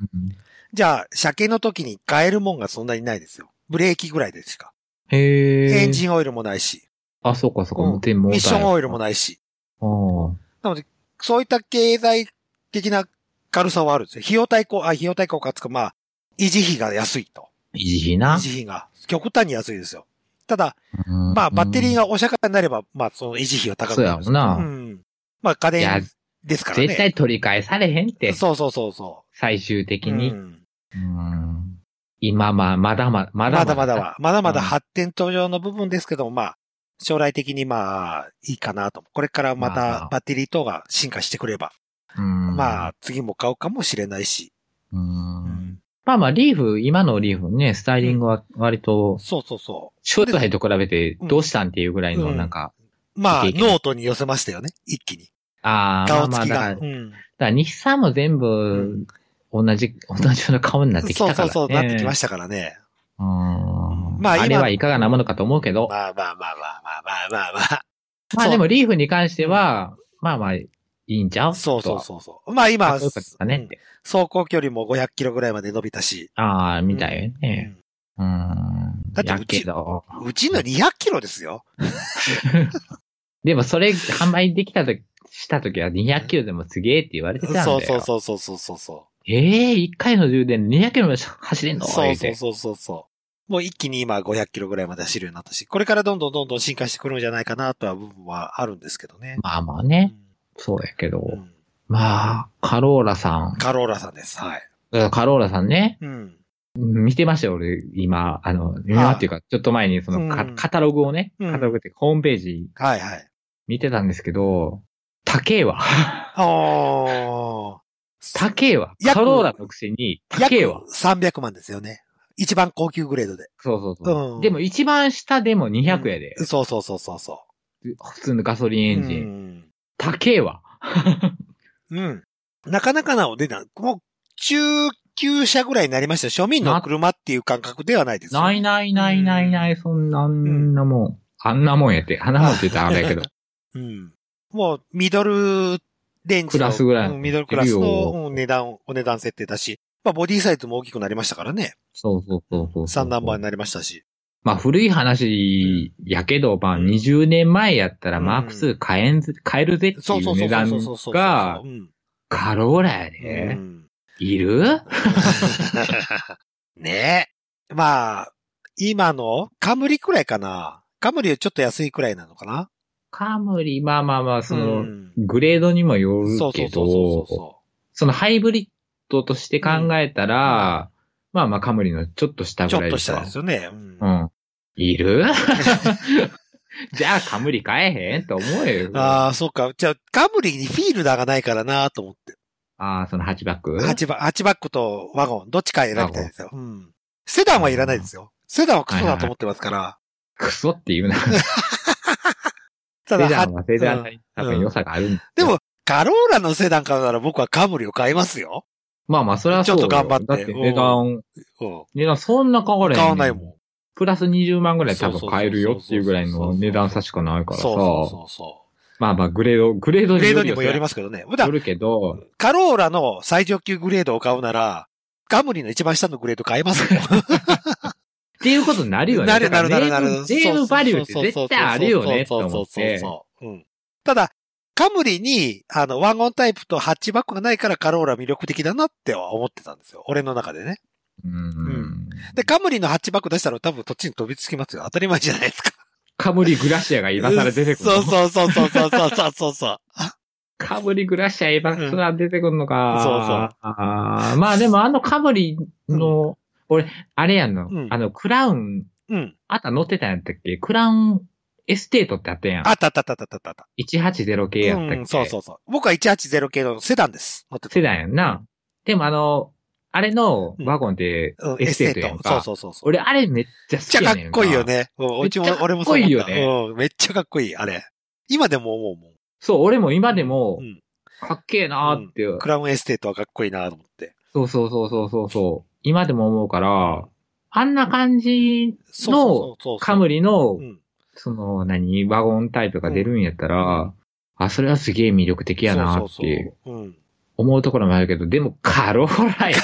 じゃあ、車検の時に買えるもんがそんなにないですよ。ブレーキぐらいですしか。へえ。エンジンオイルもないし、あ、そうかそうか。うんもう全部ミッションオイルもなない。いし、あーそういった経済的な軽さはあるんですよ。費用対効、あ、費用対効果つうか、まあ、維持費が安いと。維持費維な。持費が極端に安いですよ。ただ、うんまあ、バッテリーがお釈迦になれば、まあ、その維持費は高くなりますそうやろなうん。まあ、家いや電ですからね。絶対取り返されへんって。そうそうそうそ最終う。的うに。んうん今まあ、まだまだ、まだまだまだは、まだまだ発展途上の部分ですけども、まあ、将来的にまあ、いいかなと。これからままあまたあバッテリー等が進化してくれば、ままああ、次も買うかもしれないし。うん、うんまあまあ、リーフ、今のリーフね、スタイリングは割と、そうそうそショート杯と比べてうんどうしたんっていうぐらいの、なんか、う。まあ、いけいけノートに寄せましたよね、一気に。ああ、ま顔あつまあ、きだが。から、だうかんら日産も全部、同じ、 同じような顔になってきそたうかそらうね。そう、なってきまししたからね。た。うん。ままああ、今あれはいかがなものかと思うけど、まあまあまあまあまあまあまあまあ。まそあうでもリーフに関しては、まあまあ、いいんちゃうそうそうそうそう。まあとは今、かっこよかったねっうんて。走行距離も500キロぐらいまで伸びたし。ああ、みたいよね。うん。だってやうちけど。うんうちの200キロですよ。 でもそれ販売できたとき、したときは200キロでもすげえって言われてたんだよ。そうそうそうそうそうそうそう。ええー、1回の充電で200キロまで走れんのそう言そうてそうそうそう。もう一気に今500キロぐらいまで走るようになったし、これからどんどんどんどん進化してくるんじゃないかなとは部分はあるんですけどね。まあまあうんね。そうやけど。うんまあ、カローラさカローラさんです。はい。ん。カローラさんね。うん。うん見てましたよ、俺、今。あの、今っていうか、ちょっと前にそのカ、うんカタログをね、うんカタログっていうかホームページはいはい。見てたんですけど、高 えわ。おー。高えわ。約カローラのくせに、高約えわ。 300万ですよね。一番高級グレードで。そうそうそう。うんでも一番下でも200やで。そうそうそうそうそ普通のガソリンう。エンジン。ン。高えわ。うん。なかなかなお値段。もう、中級車ぐらいになりましたよ。庶民の車っていう感覚ではないですよ。ないないないないない、そんな、あんなもん。あんなもんやって。あんなもんって言ったらあれや けど。うん。もう、ミドルレンジの。クラスぐらいうんミドルクラスのいるようん値段、お値段設定だし。まあ、ボディサイズも大きくなりましたからね。そうそうそうそう。三段バーになりましたし。まあ古い話やけど、まあうん20年前やったらうんマーク2買えんず、買えるぜってそいうそううそ値うそう段そうそうそう。がう、ん。カローラやうで。んいるねえ。まあ、今の、カムリくらいかな。カムリよりちょっと安いくらいなのかな。カムリ、まあまあまあ、その、うんグレードにもよるそうそけうそうそうど、そそのハイブリッドとして考えたら、まあまあカムリのちょっと下う。ちょぐっらいとでしすたわですよね。うんうん。いる じゃあ、カムリ買えへんと思えよ。あああ、そうか。じゃあ、カムリにフィールダーがないからなと思って。あー、そのハッチバックハッチバハッチバックとワゴン、どっちか選びたいですよ。うん。セダンはいらないですよ。セダンはクソだと思ってますから。クソって言うな。 たセだダはンはセダンなりに多分良さがあるんだでも、カローラのセダン買うなら僕はカムリを買いますよ。まあまあ、それはそうよちょっと頑張ってだって値段、うん。値段そんな変わらへん。買わないもん。。プラス20万ぐらい多そうそうそう分そう買えるよっていうぐらいの値段差しかないからさそう。そうそうそまあまあ、グレード、グレーう。ドグレードにもよりまますけどね。普すよ段、るけど、カローラの最上級グレードを買うなら、カムリの一番下のグレード買えますよ。っていうことになるよね。なるなるなるなだからる。ネームネームバリューってそうそうそうそう絶対あるよね、と思っそうて。そうそううんただ、カムリに、あの、ワゴンタイプとハッチバックがないからカローラ魅力的だなっては思ってたんですよ。俺の中でね。うん。で、カムリのハッチバック出したら多分そっちに飛びつきますよ。当たり前じゃないですか。カムリグラシアが 今更出てくる。そうそうそうそうそうそうそうそう。カブリグラシアエヴァスラ出てくるのか。うんそうそうあーまあでもあのカブリの、俺、あれやんの、うんあの、クラウン、うん。あった乗ってたんやったっけクラウンエステートってあったやん。あったあったあったあったあった。 180系やったっけ、うん、そうそうそう。僕は180系のセダンです。乗ってた世代やんな。でもあの、あれのワゴンってうんエステートやんか。そうそうそうそう。俺、あれめっちゃめ好っちゃかきやっねんこいいよ。ね。うんうちも、俺もそう思めっちった。ゃかっこいいようん、めっちゃかっこいい、あれ。今でも思うもん。そう、俺も今でもう、ん。かっけえなーって、クラウンエステートはかっこいいなと思って。そうそうそうそうそうそう。今でも思うから、あんな感じそうのそうそうそう。カムリのう、ん。その、何、ワゴンタイプが出るんやったら、あ、それはすげえ魅力的やなってそうそうそう。うん。思うところもあるけど、でもカローラやんって。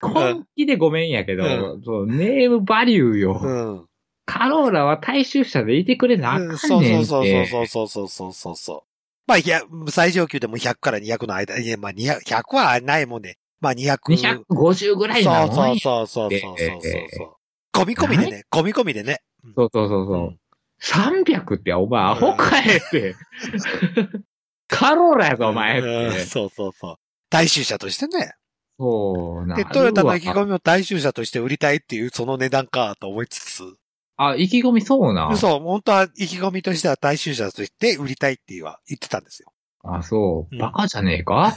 本気でごめんやけど、そうネームバリューよ。うん。カローラは大衆車でいてくれなあうんかそんうねそんうって。そうそうそうそうそうそう。まあ、いや、最上級でも100から200の間、いや、まあ200、100はないもんね。まあ200。 250ぐらいなのそそううそうそうそうそうそうええそう。込み込みでね、込み込みでね。そうそうそう300ってお前アホかえって。カローラやぞお前っうんて。そうそうそう。大衆車としてね。そうなで、トヨタの意気込み。みを大衆車として売りたいっていう、その値段かと思いつつ。あ、意気込みそうな。そう、本当は意気込みとしては大衆車として売りたいっていうは言ってたんですよ。あ、そうう。んバカじゃね えか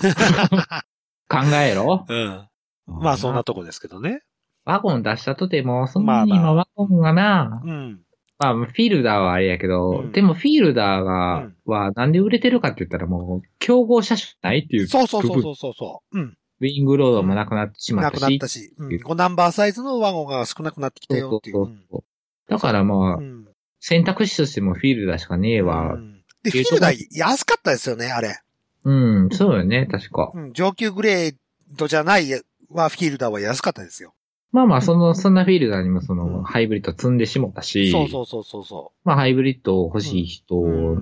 考えろ。うん。まあそんなとこですけどね。ワゴン出したとても、そんなにまあまあ今ワゴンがな、うん。まあ、フィールダーはあれやけど、うんでもフィールダーが、うんはなんで売れてるかって言ったらもう、競合車種ないっていう。そうそうそう部そ分うそうそう。うん。ウィングロードもなくなってしまなったくし。なったし、うん、5ナンバーサイズのワゴンが少なくなってきたそようってい。そううそう。だからまあ、うん選択肢としてもフィールダーしかねえわう。んで、フィールダー安かったですよね、あれ。うん、そうよね、確か。うん、上級グレードじゃないはフィールダーは安かったですよ。まあまあ、その、そんなフィールダーにもその、うんハイブリッド積んでしもったし、そうそうそうそうそまあ、ハイブリッド欲しい人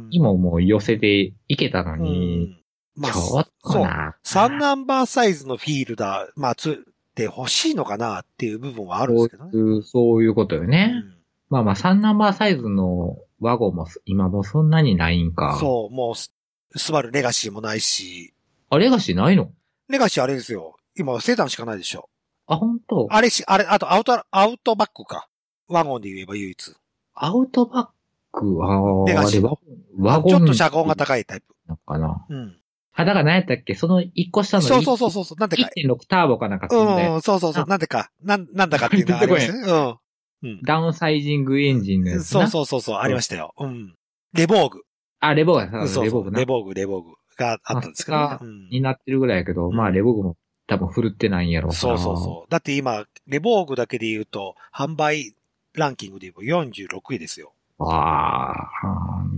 にももう寄せていけたのう。うに、ん。まあ、ちょっとそう。な。 3ナンバーサイズのフィールダー、まあ、つ、で欲しいのかなっていう部分はあるんですけどね。そういうそういうことよね。まあまあ、3ナンバーサイズのワゴンもす今もうそんなにないんうかん。そう、もうス、スバルレガシーもないし、あれがしないのレガシーあれですよ。今、セダンしかないでしょ。あ、本当あれし、あれ、あとアウト、アウトバックか。ワゴンで言えば唯一。アウトバック、あレあ、ガあシれーワワゴン。ちょっと車高が高いタイプ。なのかな。うん。あ、だから何やったっけその1個下のそうそうそうそうそう、なんでか。 1.6ターボかなんかう積んで、ん、そうそうそう、あなんでか。なん、なんだかっていうのはありましたね。うん。ダウンサイジングエンジンのやつそな。うそうそうそう、ありましたよ。うん。レボーグ。あ、レボーグやそそうう、レそボーグう。なレ。ボーグ、レボーグがあったんですけどねあそっかうんになってるぐらいやけど、うんまあ、レボーグも多分振るってないんやろうからそうそうそう。だって今、レボーグだけで言うと、販売ランキングで言えば46位ですよ。ああ、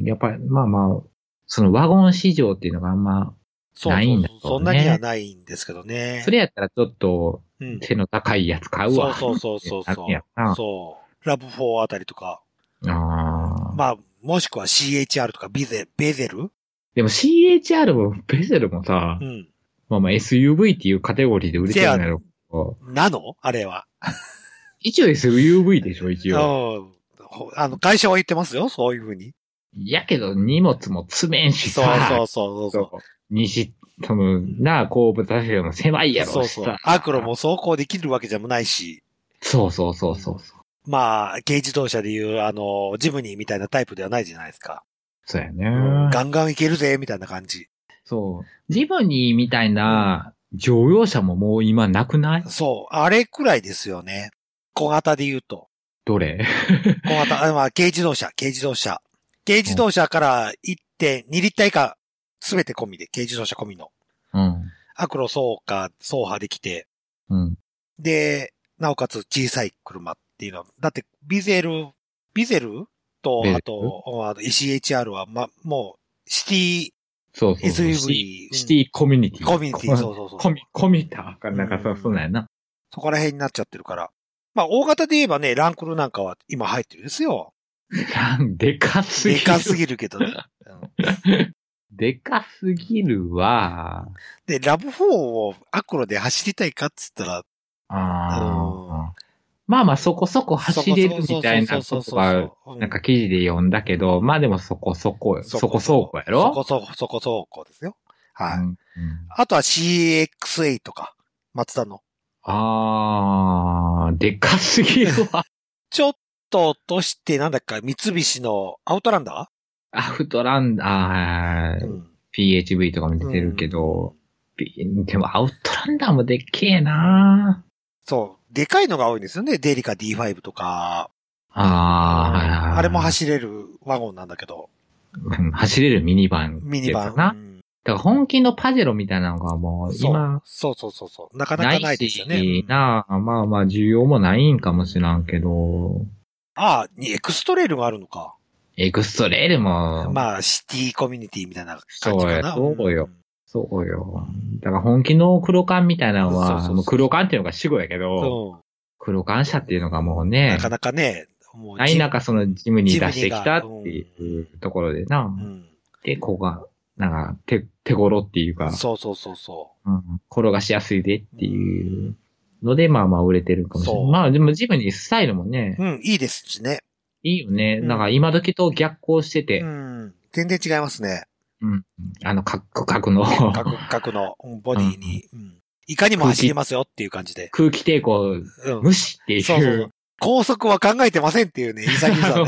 やっぱり、まあまあ、そのワゴン市場っていうのがあんま、そうないんだそろうそう。そうねんなにはないんですけどね。それやったらちょっとうん。背の高いやつ買うそわ。うそうそうそうってな るんやそう。そう。ラブ4あたりとか、なあーまあ、もしくは CHR とかビゼ、ベゼルでも CHR もベゼルもさ、うん。まあまあ SUV っていうカテゴリーで売れてるんだろうけど。なのあれは。一応 SUV でしょ、一応。うん。ほあの、会社は言ってますよ、そういうふうに。やけど荷物も詰めんしそさう。そうそうそう。西、その、なあ、後部座席も狭いやろそうしさ。そう。アクロも走行できるわけじゃもないし、そうそうそうそう。まあ、軽自動車でいう、あの、ジムニーみたいなタイプではないじゃないですか。そうやね。ガンガンいけるぜ、みたいな感じ。そう。ジムニーみたいな乗用車ももう今なくないそう。あれくらいですよね。小型で言うと。どれ小型、あまあ、軽自動車、軽自動車。軽自動車から1.2リッター以下、すべて込みで、軽自動車込みの。うん。アクロ走破、走破できて、うん。で、なおかつ小さい車っていうのは、だって、ビゼル、ビゼルとビゼ、ルあと、うんあと ECHR は、ま、もう、シティそうそうそう。シ SUV ティ、シティコミュニティ。コミュニティ、そうそうそう。コミ、コミタかなんかそう、そうなんやな。そこら辺になっちゃってるから。まあ、大型で言えばね、ランクルなんかは今入ってるんですよ。なんでかすぎでる。かすぎるけど ね。うんでかすぎるわ。で、ラブ4をアクロで走りたいかっつったら、ああ。まあまあそこそこ走れるみたいなそこうそとうそうそうはそううなんか記事で読んだけど、まあでもそこそこよ、そこそこやろそこそこ、そこそこですよ。はい。うんうんあとは CX8 か。松田の。あー、でかすぎるわ。ちょっと落として、なんだっけ、三菱のアウトランダアフトランダー、ー、PHV とかも出てるけど、P- でもアウトランダーもでっけえなそう。でかいのが多いんですよね。デリカ D5 とか。あー、はいはいはいあれも走れるワゴンなんだけど。うん走れるミニバン。ミニバン。な。うんだから本気のパジェロみたいなのがもう今、そうそうそうそう。なかななかいないですよね。しうんなあ、まあまあ、需要もないんかもしらんけど、ああ、にエクストレールがあるのか。エクストレールも、まあ、シティコミュニティみたいな感じそうかやな。そうよそうよ。だから本気の黒缶みたいなのそうそうは、そうもう黒缶っていうのが死後やけど、そ黒缶車っていうのがもうう。ねな、かなかね、もう。ない中そのジムにジム出ニーしてきたっていうところでなう、ん。で、こうが、なんか手、手頃っていうか、そうそうそうそうん転がしやすいでっていうので、まあまあ売れてるかもしれなそい。うまあでもジムにスタイルもねう。、うん、いいですしね。いいよね。うんなんか今時と逆行しててう、ん。全然違いますね。あの、カクカクの角、角のうんボディに。うん。いかにも走りますよっていう感じで。 空気抵抗うん。無視 っていう。そうそう。高速は考えてませんっていうね、潔さね。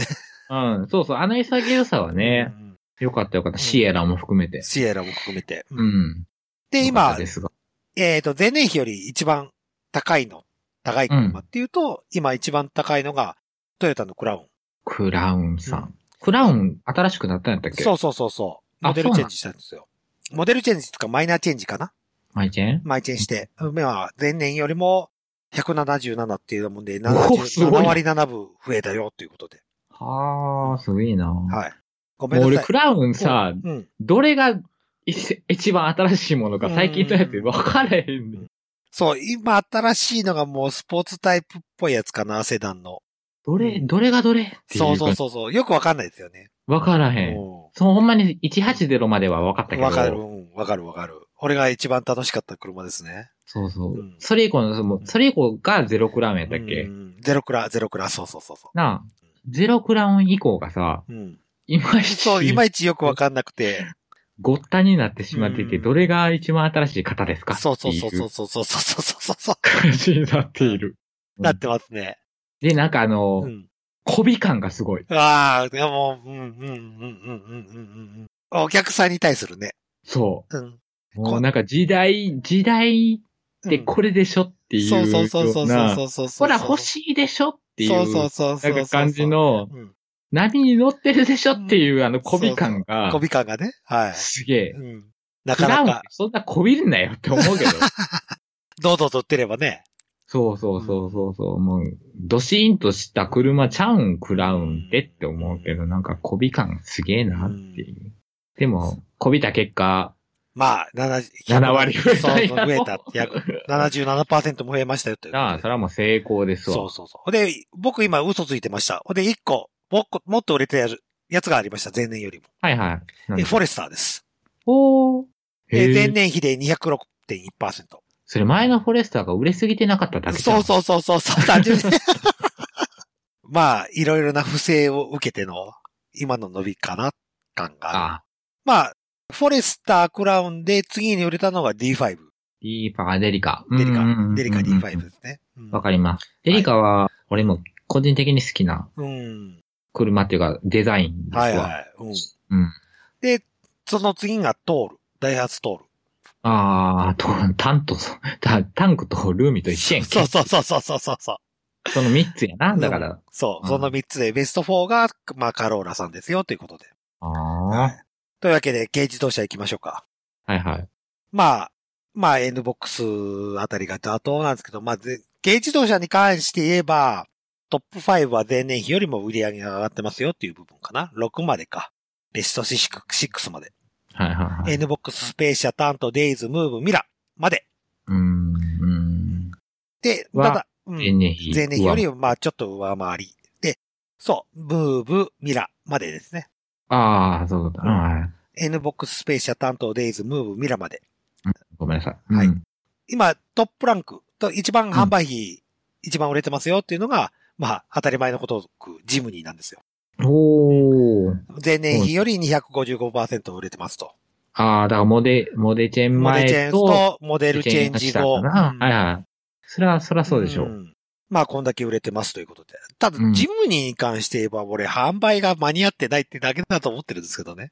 うん、そう そう。あの潔さはね、うんよかったよかった。シエラも含めて。シエラも含めて。ううんん。で、よか今った、ですがえっ、と、前年比より一番高いの、高い車っていうと、今一番高いのが、トヨタのクラウン。クラウンさ。うんクラウン、新しくなったんやったっけ。そううそうそうそう。あモデルチェンジしたんですよ。モデルチェンジとかマイナーチェンジかなマイチェンマイチェンして。まあ、前年よりも177っていうもんで、おおすご77い割7分増えたよということで。はあ、すごいな。はい。ごめもうん俺、なさいク。ラウンさ、うん。どれが一一番新しいものか最近のやつ分かれへんねん。そう、今新しいのがもうスポーツタイプっぽいやつかな、セダンの。どれ、どれがどれっていうそうそうそそうそう。よくわかんないですよね。う。分からへん。うそう、ほんまに180までは分かったけん。ど。わかる、うんわかるわかる。俺が一番楽しかった車ですね。そうそう。うんそれ以降の、そのそれ以降がゼロクラウンやったっけ、うんゼロクラ、ゼロクラ、そうそうそうそなあ、ゼロクラウン以降がさ、う。うん。いまいち、そう、いまいちよくわかんなくて。ごったになってしまっていて、うんどれが一番新しい方ですか。そうそうそうそううそうそうそうそうそう。感じになっている。なってますね。で、なんかあの、うん。媚び感がすごい。ああ、でも、うん、うん、うん、うん、うん、うん、うん。お客さんに対するね。そうん。う。もこうなんか時代、時代ってこれでしょっていうようそうな。そうそうそうそうそうそう。ほら欲しいでしょっていう。そうそうそうそう。なんか感じ。の、うん。波に乗ってるでしょっていう、あの、媚び感が、コビ感がね。はい。すげえう。ん。なクかラなウンか、そんな媚びるなよって思う けど。堂々と売ってればね。そうそうそうそうそう、もう、ドシーンとした車ちゃうん、クラウンでって思うけど、なんか媚び感すげえなっていう。でも、媚びた結果、まあ、7、 7割増えたそうやそろう、増えた。約77%も増えましたよって。 なあ、それはもう成功ですわ。そうそうそう。ほんで、僕今嘘ついてました。ほんで、1個、もっこもっと売れてやるやつがありました、前年よりも。はいはい。なんえでフォレスターです。おー。えへ前え。年比で206.1%。それ前のフォレスターが売れすぎてなかっただけじゃそんうそうそうそうそう、単純に。 まあ、いろいろな不正を受けての、今の伸びかな、感がある。ああ、まあ、フォレスター、クラウンで次に売れたのが D5。ディーパー、デリカ。デリカ、うんうんうんうんデリカ D5 ですね。うんわかります。デリカは、俺も個人的に好きなうん。車っていうか、デザインですわ。はいはい。うん。うん。で、その次がトール。ダイハツトール。ああ、と、タンと、タタンクとルーミと一緒やんそけ。うそうそうそうそうそうそう。その三つやな、だから。そう、うんその3つでベスト4が、まあ、カローラさんですよ、ということで。ああ。というわけで、軽自動車行きましょうか。はいはい。まあ、まあ、N ボックスあたりが妥当なんですけど、まあ、ぜ軽自動車に関して言えば、トップ5は前年比よりも売り上げが上がってますよっていう部分かな。6までか。ベスト6まで。はいはいはい。 N ボックス、スペーシア、タント、デイズ、ムーブ、ミラまで。うーん、うん。で、たはだ、うん前年比。前年比より、まあ、ちょっと上回り。で、そう、ムーブ、ミラまでですね。ああ、そうだ。うんはい。 N ボックス、スペーシア、タント、デイズ、ムーブ、ミラまで。ごめんなさい。はいうん今、トップランクと一番販売費、一番売れてますよっていうのが、まあ、当たり前のことく、ジムニーなんですよ。おー。前年比より255%売れてますと。ああ、だからモデ、モデチェンモデルチ前ェンジと、とモデルチェンジ後。モデチェンがしたんかなはんいはい。それは、それはそうでしょうう。んまあ、こんだけ売れてますということで。ただう、んジムニーに関して言えば、俺、販売が間に合ってないってだけだと思ってるんですけど ね。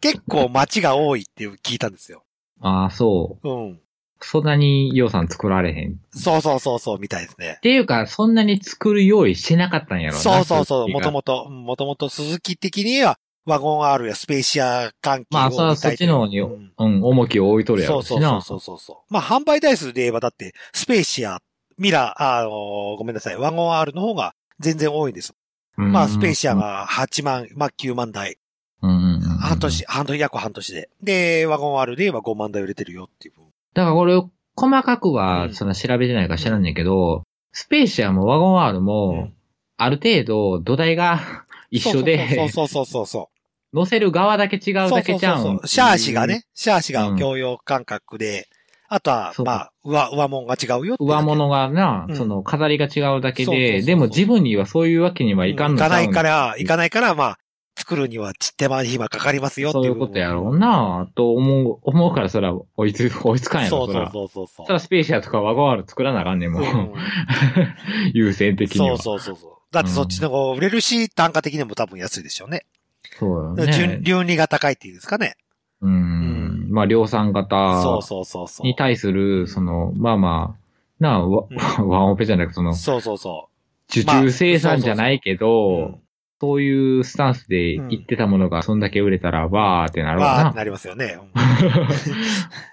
結構街が多いっていう聞いたんですよ。ああ、そうん。う。そんなに予算作られへん。っそうそうそうそう、みたいですね。ていうか、そんなに作る用意してなかったんやろなそうそうそう。もとももと、もともと鈴木的には、ワゴン R やスペーシア関係をまあ、そ見らたそいっとちいうの方に、うん、重きを置いとるやそろううそしうそな。うそうそうそう。まあ、販売台数で言えば、だって、スペーシア、ミラー、あのーごめんなさい、ワゴン R の方が全然多いんです。うんまあ、スペーシアが8万、まあ9万台。うんうんうん半年、半年、約半年で。で、ワゴン R で今5万台売れてるよっていう。だから俺、細かくうは、んそんな調べてないから知らんねんけど、スペーシアもワゴン R うもん、ある程度土台が 一緒で、そうそうそうそうそう乗せる側だけ違そうう。だけちゃうんそっそてそいうシャーシが。ね、シャーシうがん共用感覚で、あとは、そうまあ、上、上物が違うよっていうだけ上物がなう、んその飾りが違うだけそうそうそうで、そうでも自分にはそういうわけにはいかんのちゃ行うかないから、ていう行かないから、まあ、作るにはち手間暇かかりますよっていそうう。いうことやろうな、と思う、思うからそら追いつ、追いつかんや そろ、うそそらう。そうそうそう。そらスペーシアとかワゴン R 作らなあかんねん、もう。優先的にそは。うそうそうそう。だってそっちの方が売れるし、単価的にも多分安いでしょうね。そうだ純ね。流利が高いっていうんですかね。ううんん。まあ、量産型。そうそうそうそう。に対すうんる、その、まあまあ、なあ、わうん ワンオペじゃなく、その、そうそうそ受注生産じゃないけう。ど、そういうスタンスでうん言ってたものが、そんだけ売れたら、わーってなうん、るまあ、わな。なりますよね。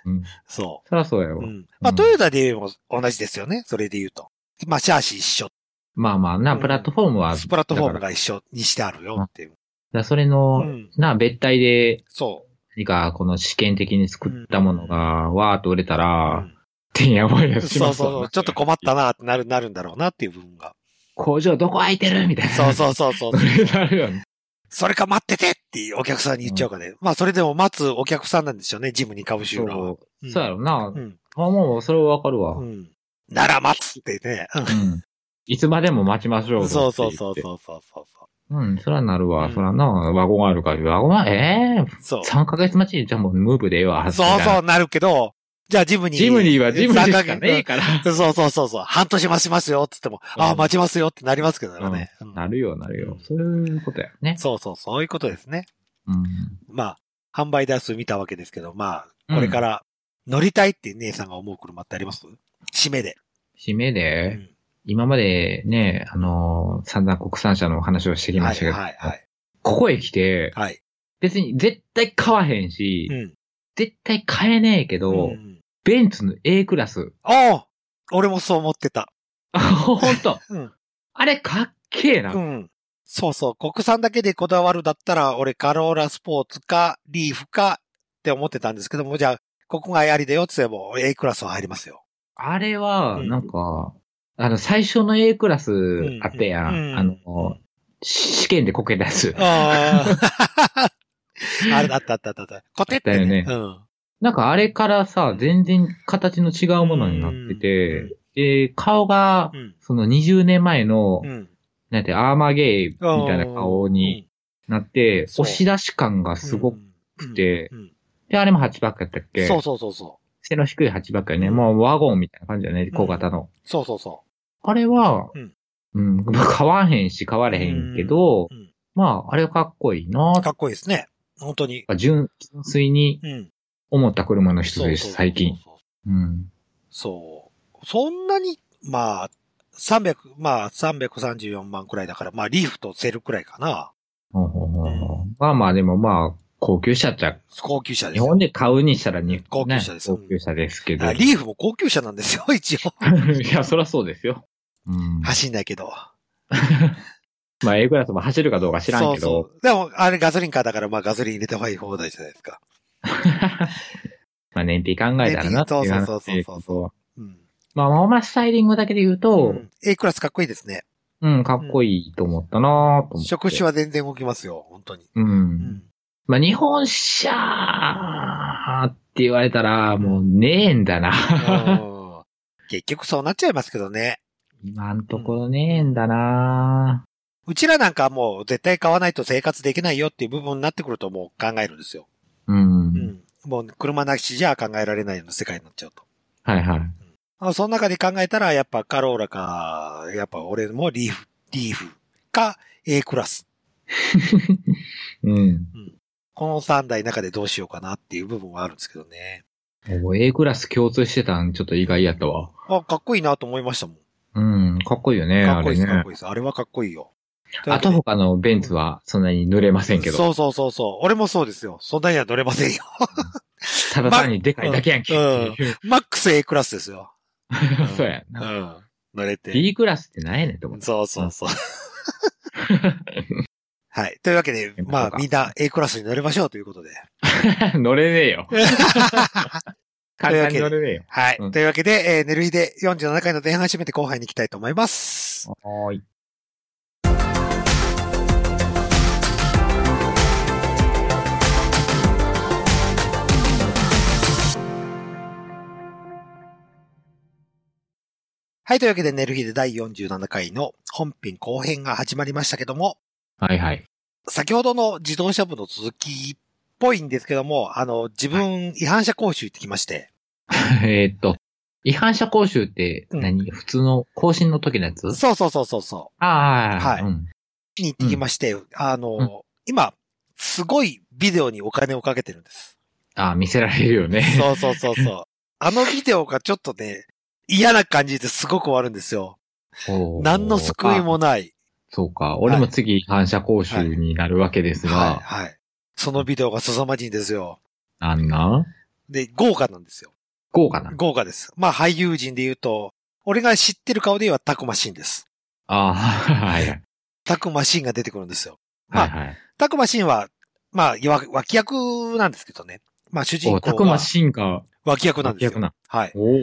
うん うんそそりゃそうやう。わう。ん、まあ、トヨタで言えば同じですよね。それで言うと。まあ、シャーシ一緒。まあまあ、なうあ、んプラットフォームは、スプラットフォームだかが一緒にしてあるよっていう。らそれうの、ん。なあ、別体で、そ何か、この試験的に作ったものが、わーっと売れたう。らう、んてんやわんやしそまうすわそうそう。ちょっと困ったなってなる、なるんだろうなっていう部分 が。工場どこ空いてるみたいな。そうそうそうそう。 なるよね。それか待っててっていうお客さんに言っちゃうかね。まあ、それでも待つお客さんなんでしょうね、ジムに株そ主らは。う。そうやろなう。ん。あ、もう、それはわかるわ。うん。うん。なら待つってね。うんいつまでも待ちましょうう。ん。そうそうそうう。そうそうそう。うん、そらなるわ。うんそらな、ワゴンあるから、ワゴンは、えそうえ。三3ヶ月待ちじゃあもうムーブでええわ。そうみたそいうなるけど、じゃあジムなに。ジムニーはジムニーしかねええから。 そうそうそうそう。半年待ちますよって言っても、うんああ、待ちますよってなりますけどね。うんなるよ、なるよ。そういうことやね。そうそう、そういうことですね。うん。まあ、販売台数見たわけですけど、まあ、これから乗りたいって姉さんが思う車ってあります締めで。締めうで、ん今までね、あのー散々国産車の話をしてきまはしいたけど、はいはい。ここへ来て、はい。別に絶対買わへんし、うん。絶対買えねえけど、うんベンツの A クラス。ああ俺もそう思ってた。ほんと。 うんあれかっけえな。うん。そうそう。国産だけでこだわるだったら、俺カローラスポーツか、リーフかって思ってたんですけども、じゃあ、ここがやりだよって言えば、俺 A クラスは入りますよ。あれは、うんなんか、あの、最初の A クラスあったやん。うんあの、試験でこけたやつ。ああ。 あれ、あったあったあったあった。コテって、ね。あったうん。なんかあれからさ、全然形の違うものになってて、うんで、顔がう、ん。その20年前の、うん。なんて、アーマーゲイみあーたいな顔になって、そう押し出し感がすごく、くてで、あれも8バックやったっけそうそうそうそ背の低い8バックやね。もうワゴンみたいな感じだね、小型の。う。そうそうそあれは、うんうん、買わへんし、買われへんけど、う。うんまあ、あれはかっこいいなかっこいいですね。本当に。あ純純粋にうん。思った車の一そうそつうそうです、そう最近。。うん。そう。そんなに、まあ、300、まあ、334万くらいだから、まあ、リーフとセルくらいかな。ほうほうほううほうまあまあ、でもまあ、高級車っちゃ、高級車です日よ。本で買うにしたらに、高級車ですね高級車ですけだかど。らリーフも高級車なんですよ、一応。 いや、そらそうですよ。うん。走んないけど。まあ、A クラスも走るかどうか知らんけそうどそ。う。でも、あれガソリンカーだから、まあ、ガソリン入れてはいい放題じゃないですか。まあ、燃費考えたらなっていう話。燃費そうそうそうそううん。まあ、まあ、まあ、スタイリングだけで言うとう、ん A クラスかっこいいですね。うん、かっこいいと思ったなと思って。職種は全然動きますよ、本当に。う。うんん。まあ、日本車って言われたら、もうねえんだな。うん 結局そうなっちゃいますけどね。今んところねえんだな。うちらなんかもう絶対買わないと生活できないよっていう部分になってくるともう考えるんですよ。う。うんん。もう車なしじゃ考えられないような世界になっちゃうと。はいはい。 あその中で考えたら、やっぱカローラか、やっぱ俺もリーフ、リーフか A クラス。うん。この3台の中でどうしようかなっていう部分はあるんですけどね。もう A クラス共通してたん、ちょっと意外やったわ。あ、かっこいいなと思いましたもん。うん、かっこいいよね、かあっこいれいです、かっねこ。いいです。あれはかっこいいよ。あと他のベンツはそんなに濡れませんけど。そうそうそうそう。俺もそうですよ。そんなには乗れませんよ。 ただ単にでかいだけやんけ。うんマックス A クラスですよ。そうやうな。ん。乗れて。 B クラスってなんやねんと思って。そうそうそう。はい。というわけで、行こうかまあ、みんな A クラスに乗りましょうということで。 乗れね えよ。簡単に乗れねえよ。はい。うんというわけで、えー、寝る日で47回の前半締めて後半に行きたいと思います。はーい。はい。というわけで、寝る日で第47回の本編後編が始まりましたけども、はいはい。 先ほどの自動車部の続きっぽいんですけども、あの、自分違反者講習行ってきまして、えーっと、違反者講習って何、普通の更新の時のやつそうそうそうそうそああ、はいうんう、に行ってきまして、あの、うん今、すごいビデオにお金をかけてるんです。ああ、見せられるよね。そうそうそうそう。あのビデオがちょっとね、嫌な感じですごく終わるんですよ。 おー何の救いもない。あそうか。俺も次、違反者講習になるわけですが、はい、はい。そのビデオが凄まじいんですよ。なんなんで、豪華なんですよ。豪華な。豪華です。まあ、俳優陣で言うと、俺が知ってる顔で言えばタクマシンです。ああ、 はいはい。タクマシンが出てくるんですよ。まはあいはい。タクマシンは、まあ、いわ脇役なんですけどね。まあ、主人おた公くまがしんが、脇役なんです逆よ。な。はい。おお。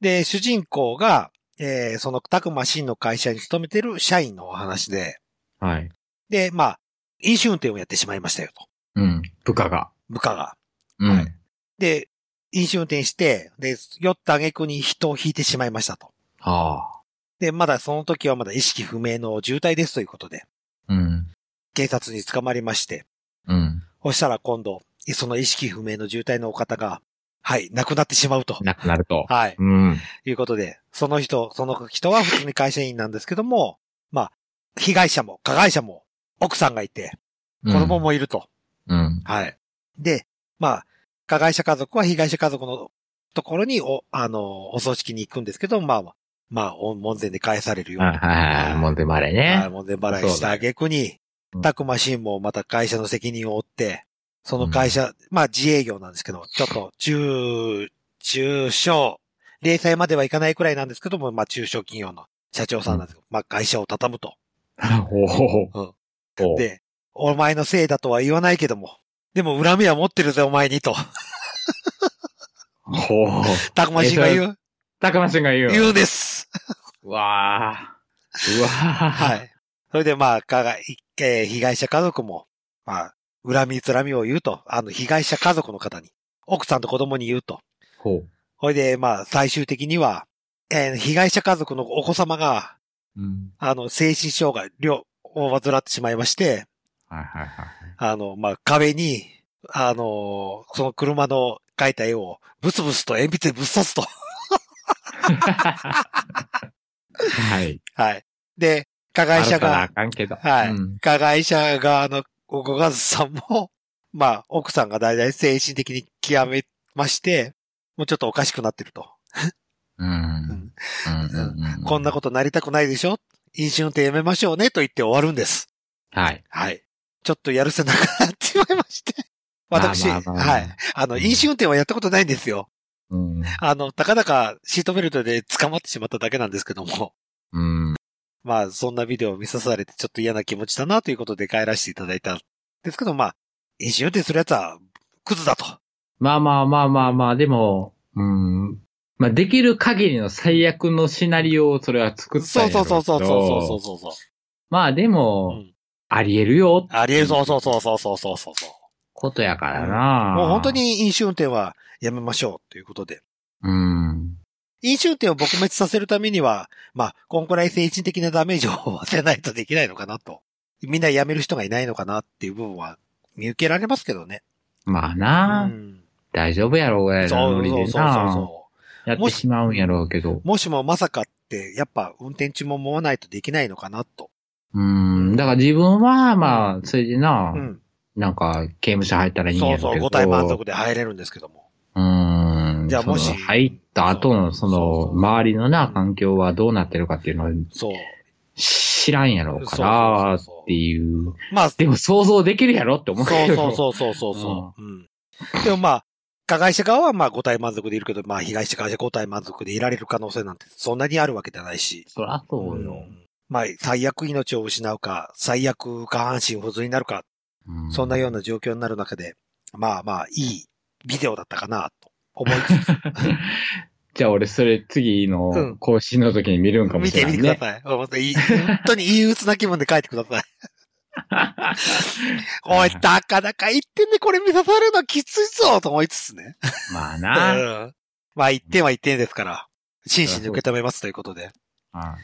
で、主人公が、えー、そのタクマシンの会社に勤めてる社員のお話で、はい。で、まあ、飲酒運転をやってしまいましたよと、うん。部下が。部下が。うん。はいで、飲酒運転して、で、酔った挙句に人を引いてしまいましたと。あで、まだその時はまだ意識不明の重体ですということで、あ。うん。警察に捕まりまして、うん。そしたら今度、その意識不明の重体のお方が、はい、亡くなってしまうと。なくなると。はい。うん。いうことで、その人、その人は普通に会社員なんですけども、まあ、被害者も加害者も奥さんがいて、子供もいると。うん。はい。で、まあ、加害者家族は被害者家族のところに、お、あの、お葬式に行くんですけど、まあ、まあ、お門前で返されるうよん。うはいな。はいはい。もんでまれはい、ね。門前払いした挙句にう、んたくましんもまた会社の責任を負って、その会社、まあ自営業なんですけど、ちょっと中、中小、零細まではいかないくらいなんですけども、まあ中小企業の社長さんなんですけど、まあ会社を畳むと。おお。うんおうで、お前のせいだとは言わないけども、でも恨みは持ってるぜお前にと、おお。たくましんが言う。たくましんが言う。言うんです。うわあ。うわあ。は。い。それでまあ、かが、いえー被害者家族も、まあ、恨みつらみを言うと、あの、被害者家族の方に、奥さんと子供に言うと。ほう。それでまあ、最終的には、えー被害者家族のお子様が、うん。あの、精神障害、両、を患ってしまいまして、はいはいはい。あの、まあ、壁に、あのーその車の描いた絵を、ブスブスと鉛筆でぶっ刺すと。 はい。はい。で、加害者があるからあ、かんけど。はいうん加害者側のご家族さんも、まあ、奥さんが大体精神的に極めまして、もうちょっとおかしくなってると。うん。うんこんなことなりたくないでしょ飲酒運転やめましょうねと言って終わるんです。と。はい。はい。ちょっとやるせなくなってしまいまして。私、まあまあまあまあはい。あの、飲酒運転はやったことないんですよ。うん。あの、たかだかシートベルトで捕まってしまっただけなんですけども。うん。まあ、そんなビデオを見さされてちょっと嫌な気持ちだなということで帰らせていただいたんですけど、まあ、飲酒運転するやつは、クズだと。まあまあまあまあまあ、でも、うん。まあ、できる限りの最悪のシナリオをそれは作ったんそやうろそうけそうどそうそうそうそうそう。まあでうもん、あり得るよ、ありえそうそうそうそうそうそうそう。ことやからな。もう本当。に飲酒運転はやめましょうということで。うん。飲酒運転を撲滅させるためには、まあ、こんくらい精神的なダメージを負わせないとできないのかなと。みんなやめる人がいないのかなっていう部分は見受けられますけどね。まあうな、ん。大丈夫やろうぐらそうそういのノリそうでそうな。そう。やってしまうんやろうけど。もしもまさかって、やっぱ運転中も思わないとできないのかなと。うん。だから自分は、まあ、それでなう、ん。なんか、刑務所入ったらいいんそやうろそうけう、ど。 5体満足で入れるんですけども。うーん。じゃあもしその入った後の、そそうの、そう周りのな、環境はどうなってるかっていうのはそう。知らんやろうそうかそうら、そうそうっていう。まあ、でも想像できるやろって思うけど。そうそうそうそうそうそう、うん。でもまあ、加害者側はまあ5体満足でいるけど、まあ被害者側は5体満足でいられる可能性なんてそんなにあるわけじゃないし。そらそうよ。んまあ、最悪命を失うか、最悪下半身不随になるか、うそんなような状況になる中で、まあまあ、いいビデオだったかな、と思いつつ、じゃあ俺それ次うんの更新の時に見るんかも見しれてなみい、てね。ください。本当にいい本当に憂鬱な気分で帰ってくださ い。おい、たかだか言ってんね、これ見さされるのはきついぞ、と思いつつね。まあうな。ん。まあ、一点は一点ですから、真摯に受け止めますということで。あ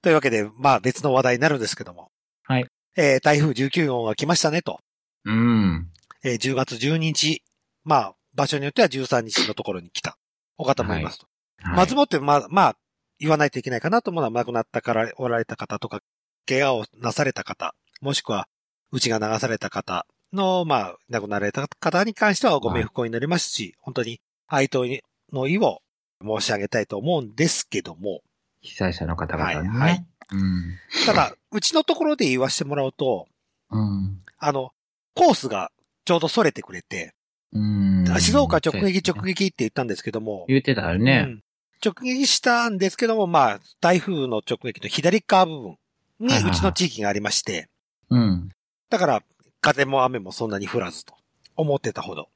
というわけで、まあ別の話題になるんですけども。はい。えー台風19号が来ましたねと。うん。えー10月12日。まあ、場所によっては13日のところに来た。お方もいますと。はい松本って、まあ、まあ、言わないといけないかなと思うのは、亡くなったから、おられた方とか、怪我をなされた方、もしくは、うちが流された方の、まあ、亡くなられた方に関してはご冥福を祈りますし、本当に哀悼の意を申し上げたいと思うんですけども、被災者の方々ね。はいはいうん。ただ、うちのところで言わせてもらうと、うん。あの、コースがちょうどそれてくれて、うん。静岡直撃直撃って言ったんですけども、言ってたよね。うん直撃したんですけども、まあ、台風の直撃の左側部分にはいはいうはいちの地域がありまして、うん。だから、風も雨もそんなに降らずと思ってたほど。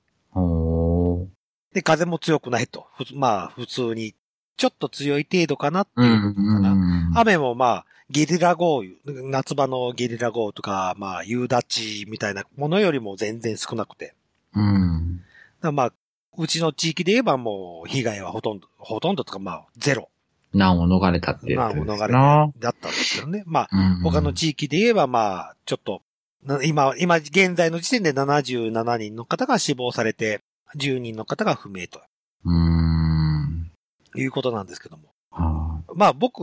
おー。で、風も強くないと。ふつまあ、普通に、ちょっと強い程度かなってういう部ん。分かな。うん。雨もまあ、ゲリラ豪雨、夏場のゲリラ豪雨とか、まあ、夕立みたいなものよりも全然少なくて。うん。だからまあ、うちの地域で言えばもう被害はほとんど、ほとんどとかまあ、ゼロ難を逃れたっていうなこをとです逃な。れてだったんですけどね。まあ、うん。他の地域で言えばまあ、ちょっと、な今、今現在の時点で77人の方が死亡されて、10人の方が不明とうん。いうことなんですけども。はまあ僕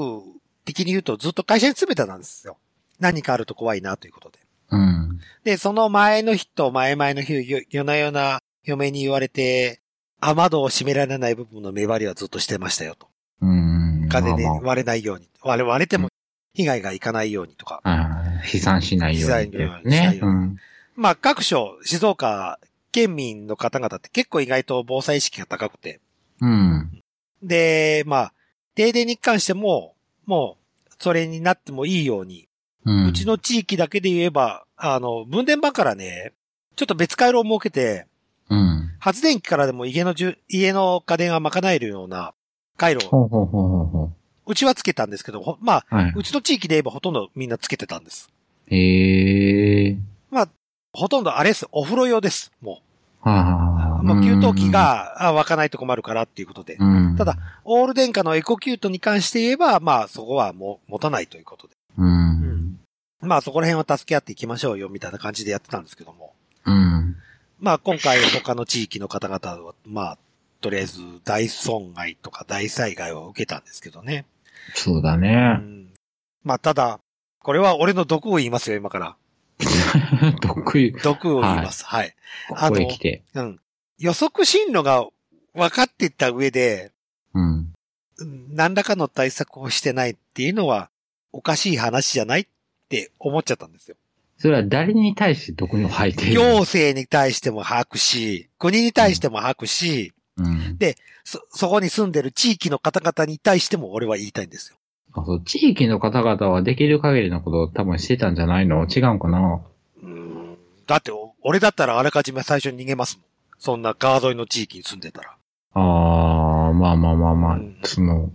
的に言うとずっと会社に詰めたなんですよ。何かあると怖いなということで。あうん。で、その前の日と前々の日、よ夜な夜な嫁に言われて、雨戸を閉められない部分の目張りはずっとしてましたよと。うん。風でまあま割れないように。割れ割れても被害がいかないようにとか。あうん飛散しないようにってや飛散つしないね。よううにん。まあ各所、静岡県民の方々って結構意外と防災意識が高くて。うん。で、まあ、停電に関しても、もう、それになってもいいように、うん。うちの地域だけで言えば、あの、分電盤からね、ちょっと別回路を設けて、うん。発電機からでも家のじゅ、家の家電が賄えるような回路、ほうほうほうほうほうちはつけたんですけど、ほまあ、う。はい。うちの地域で言えばほとんどみんなつけてたんです。へえ。ほとんどあれです。お風呂用です。もはあ。う。もう給湯器、が、あ、沸かないと困るからっていうことで。うん、ただ、オール電化のエコキュートに関して言えば、まあ、そこはもう持たないということで。うん。まあ、そこら辺は助け合っていきましょうよ、みたいな感じでやってたんですけども。うん。まあ今回他の地域の方々は、まあ、とりあえず大損害とか大災害を受けたんですけどね。そうだうね。ん、まあただ、これは俺の毒を言いますよ、今から。得意。毒を言います。はい。こあのこへ来て。うん。予測進路が分かっていった上で、うん。うん何らかの対策をしてないっていうのは、おかしい話じゃないって思っちゃったんですよ。それは誰に対して毒の吐いている行政に対しても把握し、国に対しても把握し、うん。そ、そこに住んでる地域の方々に対しても俺は言いたいんですよ。あそう、地域の方々はできる限りのことを多分してたんじゃないの違うんかなうんだってお、俺だったらあらかじめ最初に逃げますもん。そんな川沿いの地域に住んでたら。あー、まあまあまあまあうん、その、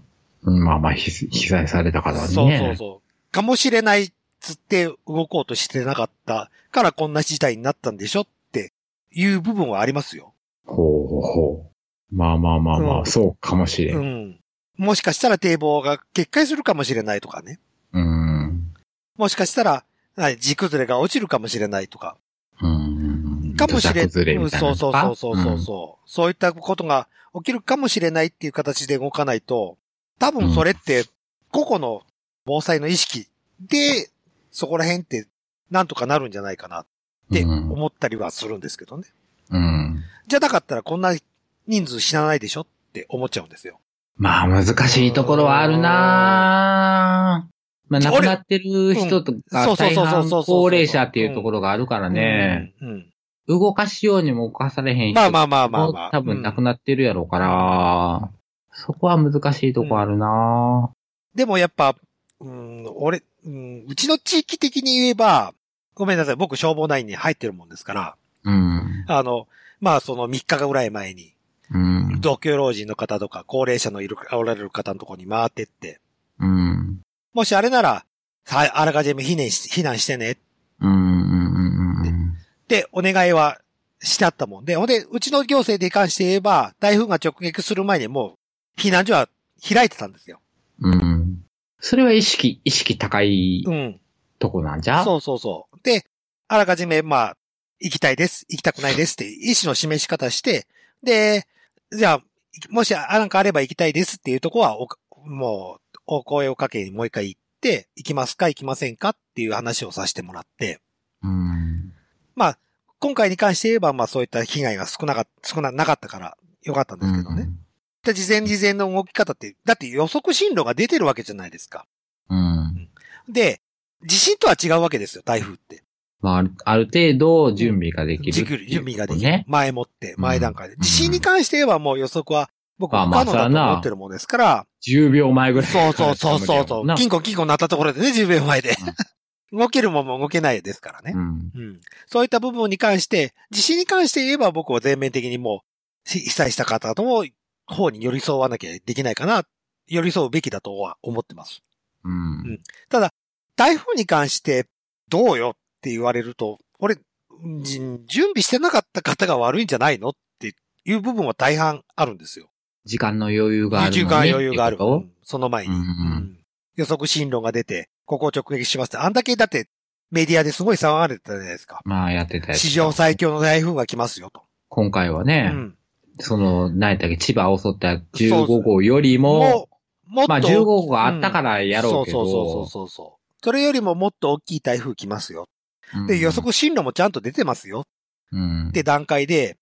うんまあまあ、ひ被災された方にね。そうそうそう。かもしれないっつって動こうとしてなかったからこんな事態になったんでしょっていう部分はありますよ。ほうほうほう。まあまあまあまうんあ、そうかもしれ。うんん。もしかしたら堤防が決壊するかもしれないとかね。うん。もしかしたら、はい地崩れが落ちるかもしれないとか。うん。かもしれ土砂崩れみたいなうのんか。そうそうそうそうそううん。そう。そういったことが起きるかもしれないっていう形で動かないと、多分それって、個々の防災の意識で、そこら辺って、なんとかなるんじゃないかなってうん思ったりはするんですけどね。うん。じゃなかったらこんな人数死なないでしょって思っちゃうんですよ。まあ、難しいところはあるなぁまあ、亡くなってる人とうんか、そう大そうそうそうそう半そう高齢者っていうところがあるからね、うん。うん。動かしようにも動かされへん人まあまあまあまあまあ。多分亡くうんなってるやろうから、そこは難しいとこあるなでもやっぱ、うん、俺、うん、うちの地域的に言えば、ごめんなさい、僕消防内に入ってるもんですから、うん。あの、まあその3日ぐらい前に、うん。同居老人の方とか高齢者のいる、おられる方のところに回ってって、うん。もしあれなら、さあらかじめ避難し、避難してねっうん。うん。うん。てお願いはしてあったもんで、ほんで、うちの行政で関して言えば、台風が直撃する前にもう避難所は開いてたんですよ。うん。それは意識、意識高いうん。とこなんじゃそうそうそう。で、あらかじめ、まあ、行きたいです、行きたくないですって意思の示し方して、で、じゃあ、もしあなんかあれば行きたいですっていうとこは、おもう、お声をかけにもう一回行って、行きますか、行きませんかっていう話をさせてもらって、うん。今回に関して言えば、まあそういった被害が少なかった、少な、なかったから、よかったんですけどね。で事前事前の動き方って、だって予測進路が出てるわけじゃないですか。うん。で、地震とは違うわけですよ、台風って。まあ、あるある程度準備ができるってじいうこくとりね。準備ができる。前もって、前段階でう。ん地震に関して言えばもう予測は僕まあ不まあ可能だと思ってるもんですから、 10秒前ぐらいかそうらそうそうそうそ多分う、だよな金庫金庫なったところでね、10秒前で。動けるもんも動けないですからね。うん。うん。そういった部分に関して、地震に関して言えば僕は全面的にもう、し被災した方の方に寄り添わなきゃできないかな、寄り添うべきだとは思ってます。うん。ただ、台風に関して、どうよって言われると、俺、じ準備してなかった方が悪いんじゃないのっていう部分は大半あるんですよ。時間の余裕があるのに。時間余裕があるって。こうんその前に、うんうんうんうん予測進路が出て、ここを直撃しますって。あんだけだってメディアですごい騒がれてたじゃないですか。とまあ、やってたやつ史上最強の台風が来ますよと。今回はうね、ん、その、何やったっけ、千葉を襲っそたうそ15う号よりも、もう、もっと。まあ15号があったからやろうけど、んそうそうそうそうそう。それよりももっと大きい台風来ますよ。うんで、予、測進路もちゃんと出てますよ。うんって段階で、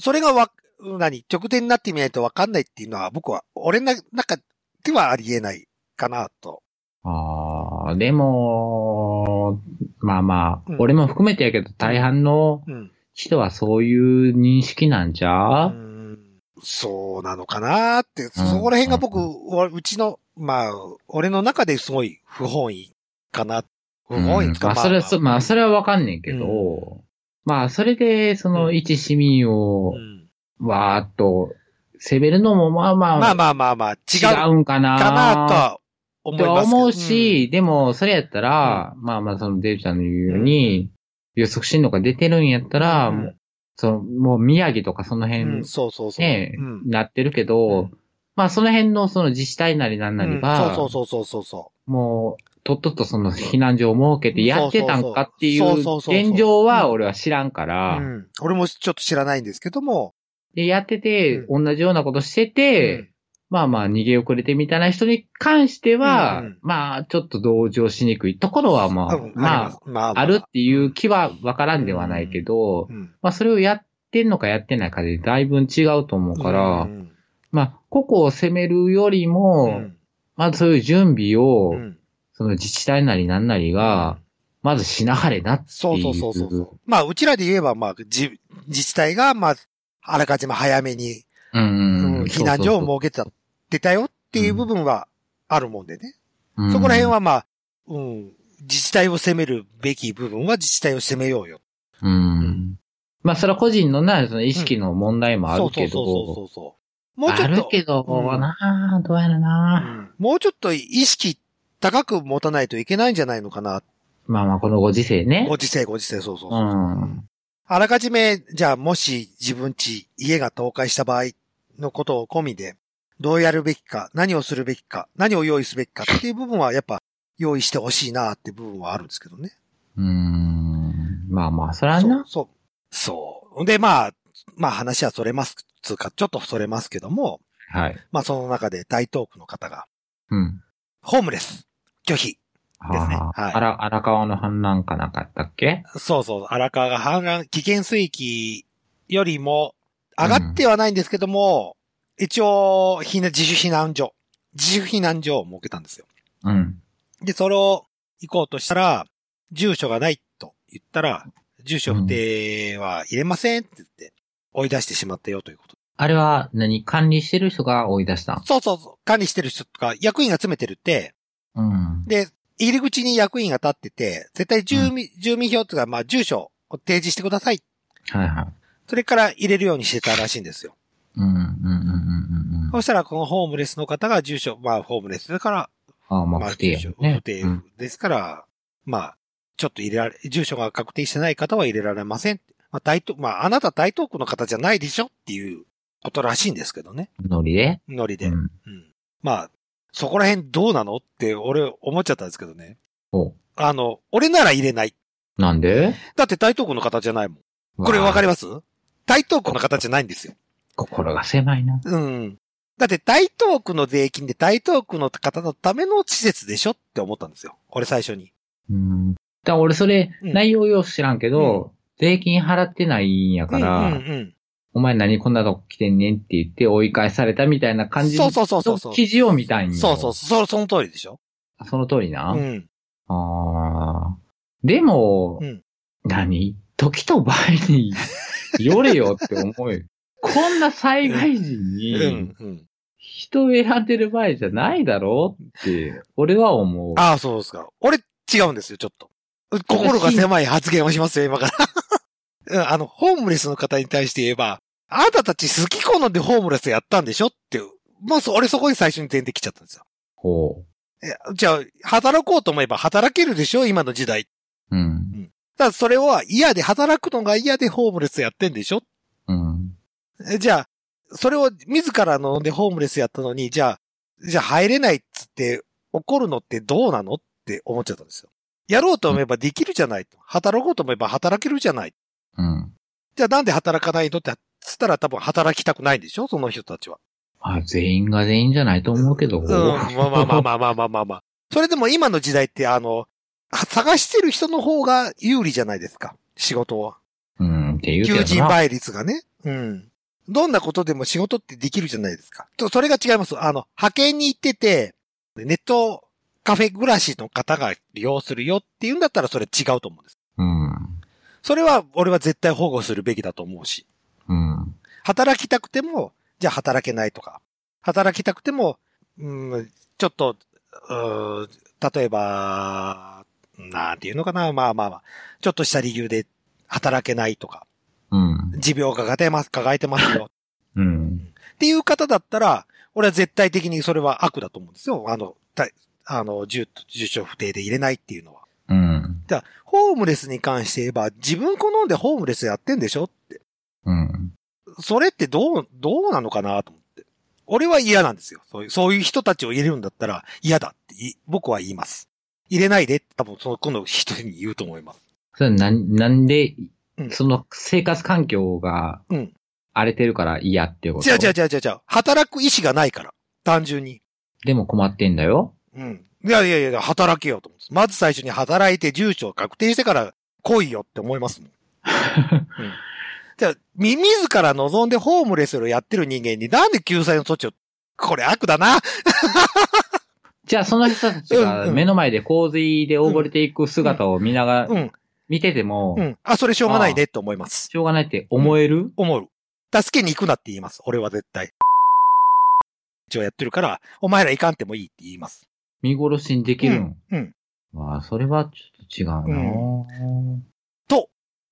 それがわ、何、直前になってみないとわかんないっていうのは、僕は、俺の中ではありえないかなと。ああ、でも、まあまあ、うん俺も含めてやけど、大半のうん。人はそういう認識なんじゃ、うんそうなのかなって、そそこら辺が僕、ううちの、まあ、俺の中ですごい不本意かな。不本意うんつか、まあ、それは、そまあ、それはわかんねんけど、うまあ、それで、その、うん一市民をう、んわーっと、攻めるのも、まあまあ、まあまあまあまあ、違う違うんかなかなとは思いとますけど。思うし、でも、それやったら、まあまあ、そのデルちゃんの言うように、予測進路が出てるんやったら、うんもうその、もう宮城とかそのうん、う辺ん、そうそうそう。ね、うんなってるけど、まあ、その辺のその自治体なりなんなりうんが、そうそうそうそうそう。もう、とっととその避難所を設けてやってたんかっていそううそうそうそう現状は俺は知らんかうら、ん、俺もちょっと知らないんですけども、で、やってて、う同じようなことしてて、まあまあ逃げ遅れてみたいな人に関しては、うんうんまあちょっと同情しにくいところはまあ、うんりまあま、すまあるっていう気はわからんではないけど、うんまあそれをやってんのかやってないかでだいぶ違うと思うから、うんまあ個々を責めるよりうも、んまあそういう準備を、うんその自治体なりなんなりが、まずしなはれなっていう。そうそうそうそうそう。まあ、うちらで言えば、まあ、じ自治体が、まあ、あらかじめ早めに、うんうんううんん。避難所そうそうそうを設けた、出たよっていう部分はあるもんでね。うんそこら辺は、まあ、うん、自治体を責めるべき部分は自治体を責めようよ。うん。まあ、それは個人のな、その意識の問題もあそるうそうけそうそど、うそう。もうちょあっると、けど、うんなあどうやらなもうちょっと意識高く持たないといけないんじゃないのかな。まあまあ、このご時世ねご。時世、ご時世、そうそうそうう。ん。あらかじめ、じゃあもし自分ち家が倒壊した場合のことを込みで、どうやるべきか、何をするべきか、何を用意すべきかっていう部分はやっぱ用意してほしいなって部分はあるんですけどね。うん。まあまあ、それはそうな。。そう。そう。で、まあ、まあ話はそれます、つうかちょっとそれますけども、はい。まあその中で大東区の方が、うん。ホームレス、拒否。ですねはあはいあら、荒川の氾濫かなかったっけそうそう、荒川が氾濫、危険水域よりも上がってはないんですけども、一応、避難、自主避難所、自主避難所を設けたんですよ。うん。で、それを行こうとしたら、住所がないと言ったら、住所不定は入れませんって言って、追い出してしまったよということ。あれは何、管理してる人が追い出したんそうそうそう、管理してる人とか、役員が詰めてるって、うん。で、入り口に役員が立ってて、絶対住民、住民票とか、まあ、住所を提示してください。はいはい。それから入れるようにしてたらしいんですよ。うん、うん、うん、うん、うん。そしたら、このホームレスの方が住所、まあ、ホームレスだから、ああ、ままあ、あ不定や住も所んね。不定うんですから、まあ、ちょっと入れられ、住所が確定してない方は入れられません。まあ、大東、まあ、あなた大東区の方じゃないでしょっていうことらしいんですけどね。ノリで。ノリで。ううん。ん。まあ、そこら辺どうなのって俺思っちゃったんですけどね。おあの、俺なら入れない。なんでだって大東区の方じゃないもん。これわかります大東区の方じゃないんですよ。心が狭いな。うん。だって大東区の税金で大東区の方のための施設でしょって思ったんですよ。俺最初に。うん。だから俺それ、うん内容よく知らんけど、税金払ってないんやから、うんうんうん。お前何こんなとこ来てんねんって言って追い返されたみたいな感じそのうそうそうそうそう。記事を見たいんよ。そうそうそう、その通りでしょう。その通りな。うん。ああ。でも、うん何時と場合 によれよって思うよ。こんな災害時うにん。うん。人を選んでる場合じゃないだろうって、俺は思う。ああ、そうですか。俺、違うんですよ、ちょっと。心が狭い発言をしますよ、今から。 うんあの、ホームレスの方に対して言えば、あなたたち好き好んでホームレスやったんでしょっていう。もうそ、俺そこに最初に点で来ちゃったんですよ。ほえじゃあ、働こうと思えば働けるでしょ今の時代。う。うん。ただ、それは嫌で、働くのが嫌でホームレスやってんでしょうん。えじゃあ、それを自ら飲んでホームレスやったのに、じゃあ、じゃあ入れないっつって怒るのってどうなのって思っちゃったんですよ。やろうと思えばできるじゃないと。働こうと思えば働けるじゃない。うん。じゃあなんで働かないのって、つったら多分働きたくないんでしょその人たちは。まあ、全員が全員じゃないと思うけど。うん。まあまあまあまあまあまあまあまあ。それでも今の時代って、あの、は探してる人の方が有利じゃないですか。仕事は。うん、って言うけど求な。人倍率がね。うん。どんなことでも仕事ってできるじゃないですか。とそれが違います。あの、派遣に行ってて、ネットカフェ暮らしの方が利用するよっていうんだったらそれ違うと思うんです。うん。それは俺は絶対保護するべきだと思うし。うん。働きたくても、じゃあ働けないとか。働きたくても、うん、ちょっと、うー例えば、なんていうのかな。まあまあまあ。ちょっとした理由で働けないとか。うん。持病が抱えます、抱えてますよ。うん。っていう方だったら、俺は絶対的にそれは悪だと思うんですよ。あの、たあの、住、住所不定で入れないっていうのは。うん。だからホームレスに関して言えば、自分好んでホームレスやってんでしょって。うん。それってどう、どうなのかなと思って。俺は嫌なんですよ。そういう、そういう人たちを入れるんだったら嫌だってい僕は言います。入れないでって多分その、今度人に言うと思います。それなん、なんでう、んその生活環境がうん。荒れてるから嫌っていうこと違う違う違う違う違う。働く意思がないから。単純に。でも困ってんだよ。うん。いやいやいや、働けよと思うんです。まず最初に働いて住所を確定してから来いよって思いますもん。うんじゃあ、み、自ら望んでホームレスをやってる人間になんで救済の措置を、これ悪だなじゃあその人たちうんがうん目の前で洪水で溺れていく姿を見ながうら、ん、見ててもう、ん。あ、それしょうがないねって思います。しょうがないって思える思う。助けに行くなって言います。俺は絶対。一応やってるから、お前ら行かんでもいいって言います。見殺しにできるん。うん。まあ、それはちょっと違う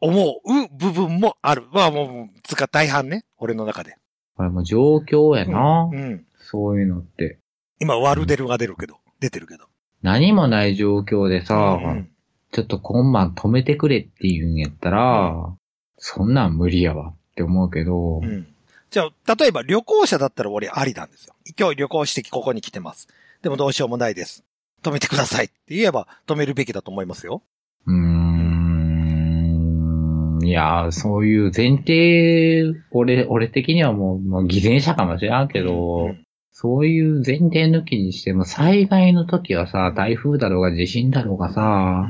思う部分もある。まあもう、つか大半ね。俺の中で。なこれもう状況やなうん。そういうのって。今、ワルデルが出るけど、出てるけど。何もない状況でさ、うんちょっと今晩止めてくれって言うんやったら、そんなん無理やわって思うけうど、ん。じゃあ、例えば旅行者だったら俺ありなんですよ。今日旅行してここに来てます。でもどうしようもないです。止めてくださいって言えば止めるべきだと思いますよ。うーん、いや、そういう前提、俺、俺的にはもう、もう偽善者かもしれんけど、うんそういう前提抜きにしても、災害の時はさ、台風だろうが地震だろうがうさ、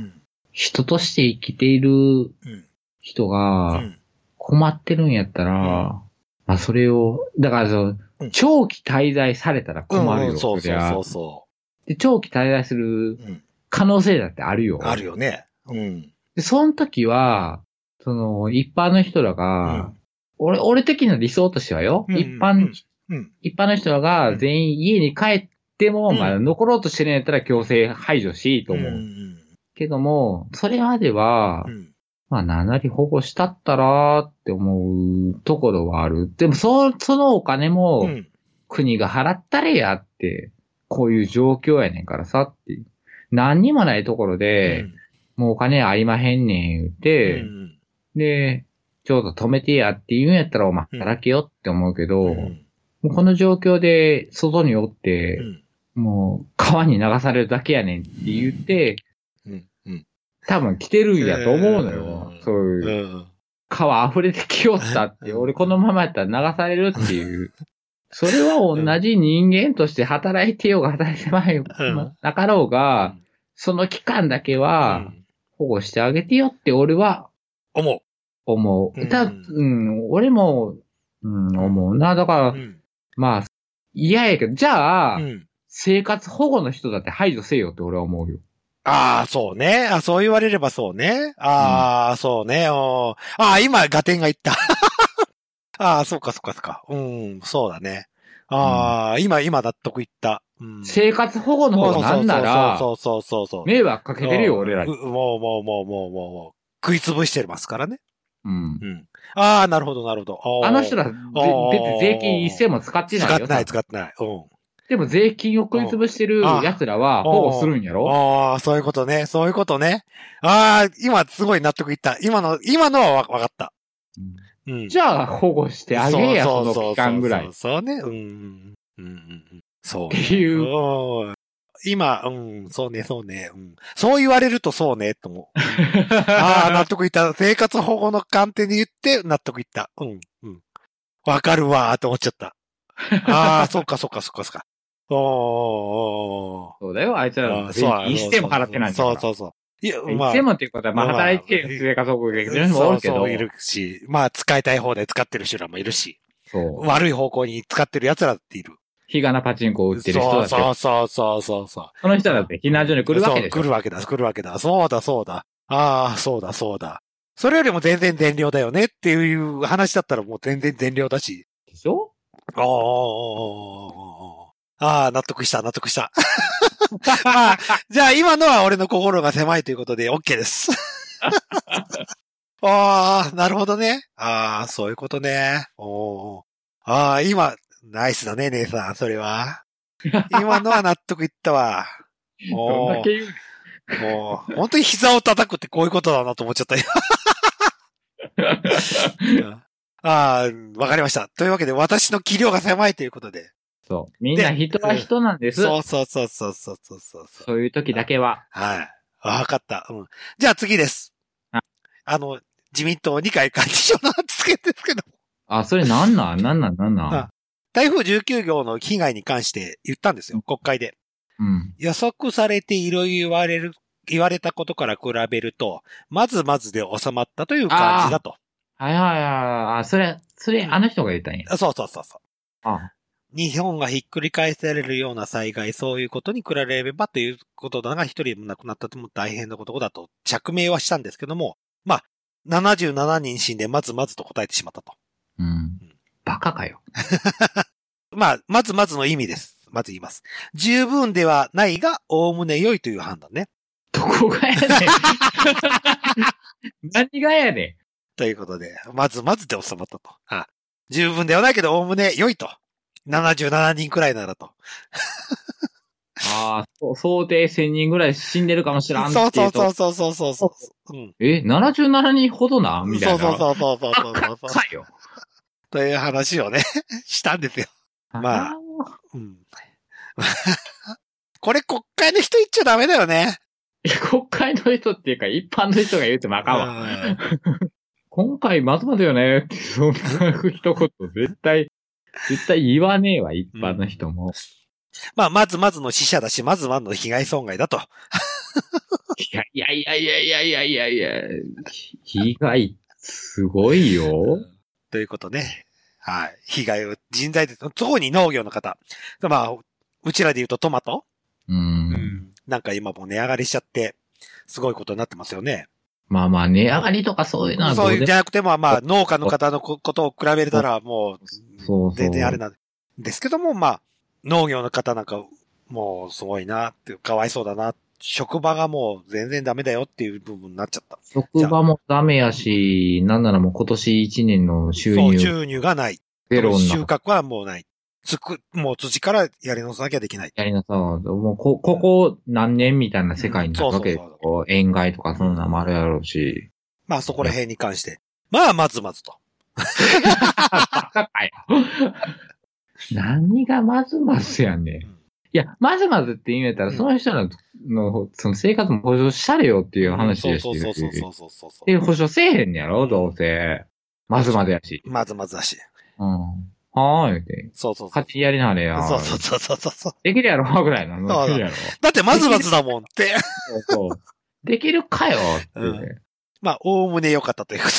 ん。人として生きているうん。人うがん。困ってるんやったら、まあそれを、だからそのうん長期滞在されたら困るよ、うんそうそそりうゃそうそで長期滞在するう。うん。可能性だってあるよ。あるよね。うん。で、その時は、その、一般の人らが、うん俺、俺的な理想としてはよ、うんうん一般、うん。一般の人らが全員家に帰っても、うんまあ、残ろうとしてるんやったら強制排除しいいと思う。うんけども、それまでは、うんまあ、7割保護したったらって思うところはある。でも、そ、そのお金も、うん国が払ったれやって、こういう状況やねんからさっていう。何にもないところで、もうお金ありまへんねん言ううんて、で、ちょうど止めてやって言うんやったらお前うん働けよって思うけど、うんもうこの状況で外におって、もう川に流されるだけやねんって言って、うんうん多分来てるんやと思うのよ。うんそうういう、ん川溢れてきよったって、うん俺このままやったら流されるっ ていう。それは同じ人間として働いてようが働いてまいようんなかろうが、その期間だけうはん保護してあげてよって俺は思思うんう。た、うん、俺も、うん、思うな。だから、う。うんまあ、嫌やけど、じゃあ、うん生活保護の人だって排除せよって俺は思うよ。ああ、そうね。あそう言われればそうね。ああ、そうね。おーああ、今、ガテンが言った。 ああ、そうか、そうか、そうか。うん、そうだね。ああ、今、今、納得いった。うん。生活保護の方がなんなら、そうそうそうそうそうそうそう。迷惑かけてるよ、俺らうもに。う、もう、もう、もう、もう、もう食いつぶしてますからね。うんう。ん。ああ、なるほど、なるほど。おーあの人ら、ぜおー別に税金一銭も使ってない使よ。ってない、使ってない。うん。でも税金を食い潰してる奴らは保護するんやろああ、そういうことね、そういうことね。ああ、今、すごい納得いった。今の、今のはわわかった。うんうん。じゃあ保護してあげや、その期間ぐらいそう。そうそうね。うんうん。うんうんうん。そう、ね。っていううん今、うん、そうね、そうね、うん。そう言われるとそうね、と思う。あ あ、納得いった。生活保護の観点で言って納得いった。うん、うん。わかるわーと思っちゃっ た。ああ、そうか、そうか、そうか、そうか。おーおーおーおーそうだよ、あいつらあはー税そう金一銭も払ってないんだかそら。うそうそう。いや、一銭もっていうことは、まあ、まあ働いてる生活保護がいる人もおるけそうどそう、い、るし、まあ、使いたい方で使ってる人らもいるし、そう。悪い方向に使ってる奴らだっている。日がなパチンコを売ってる人そだうって、そそうそうそうそうその人だって避難所にう。来るわけでしそうょ来。るわけだ、来るわけだ。そうだ、そうだ。ああ、そうだ、そうだ。それよりも全然善良だよねっていう話だったらもう全然善良だし。でしょあーあーあーあーあーあー、納得した、納得 した。まあじゃあ今のは俺の心が狭いということで OK です。 ああ、なるほどね。ああ、そういうことね。おーああ、今、ナイスだね、姉さん、それは。今のは納得いったわ。どおんーだけ言うもう、本当に膝を叩くってこういうことだなと思っちゃった 今。ああ、わかりました。というわけで、私の器量が狭いということで。そう。みんな人は人なんです。そうそうそうそうそうそうそうそう。そういう時だけは。はい。わかった。うん。じゃあ次です。はあの、自民党二階幹事長の発言ですけど、あ、それなんなんなんなんなんなんあ台風19号の被害に関して言ったんですよ、国会で。うん。予測されていろいろ言われる、言われたことから比べると、まずまずで収まったという感じだと。はいはいはい。あ、それ、それ、あの人が言ったんや。そうそうそうそう。あ、日本がひっくり返されるような災害、そういうことに比べればということだが、一人も亡くなったとも大変なことだと釈明はしたんですけども、まあ、77人死んでまずまずと答えてしまったと。うん。バカかよ。まあ、まずまずの意味です。まず言います。十分ではないが、おおむね良いという判断ね。どこが やねん。何がやねということで、まずまずで収まったと。あ十分ではないけど、おおむね良いと。77人くらいならと。ん。ああ、そう想定1000人ぐらい死んでるかもしそうらんっていそうと。うそうそうそうそうそう。うん。え、77人ほどなみたいそうな。そうそうそうそうあそうそうかかよ。という話をね、 したんですよ。まああうん。 これ国会の人言っちゃダメだよね。ー。いや国会の人っていうか、一般の人が言うてもあかんわ。うん今回まとまだよねって、そんな一言絶対、絶対言わねえわ、一般の人も。まあ、まずまずの死者だし、まずまずの被害損害だと。いやいやいやいやいやいやいやいや、被害、すごいよ。ということね。はい。被害を人材で、特に農業の方。まあ、うちらで言うとトマト、うん。なんか今もう値上がりしちゃって、すごいことになってますよね。まあまあ、値上がりとかそういうのはどそうういうんでじもゃなくても、まあ、農家の方のこことを比べたら、もそうそうう、全然あれなんですけども、まあ、農業の方なんか、もうすごいなって、かわいそうだな。職場がもう全然ダメだよっていう部分になっちゃった。職場もダメやし、なんならもう今年1年の収そう、入収入がない。ゼロに収な穫はもうない。つく、もう土からやり直さなきゃできない。やりなさそう。もうこ、ここ何年みたいな世界になるわけですうんそうよ。こう縁外とかそんなのもあるやろうし。まあそこら辺に関して。まあ、まずまずと。 何がまずまずやねん。うんいや、まずまずって言うんやったうら、んその人らの、その生活も保障したれよっていう話そうやし。そうそうそうそうそうそうで、保障せえへんやろ、どうせ。まずまずやし。まずまずだし。うん。はーい、って。そうそうそう勝。ちやりなはれや。そうそうそうそうそうそう。できるやろ、ぐらいなそうだの。できるやろ。だってまずまずだもんって。そうそう。できるかよっていうね。まあ、おおむね良かったということ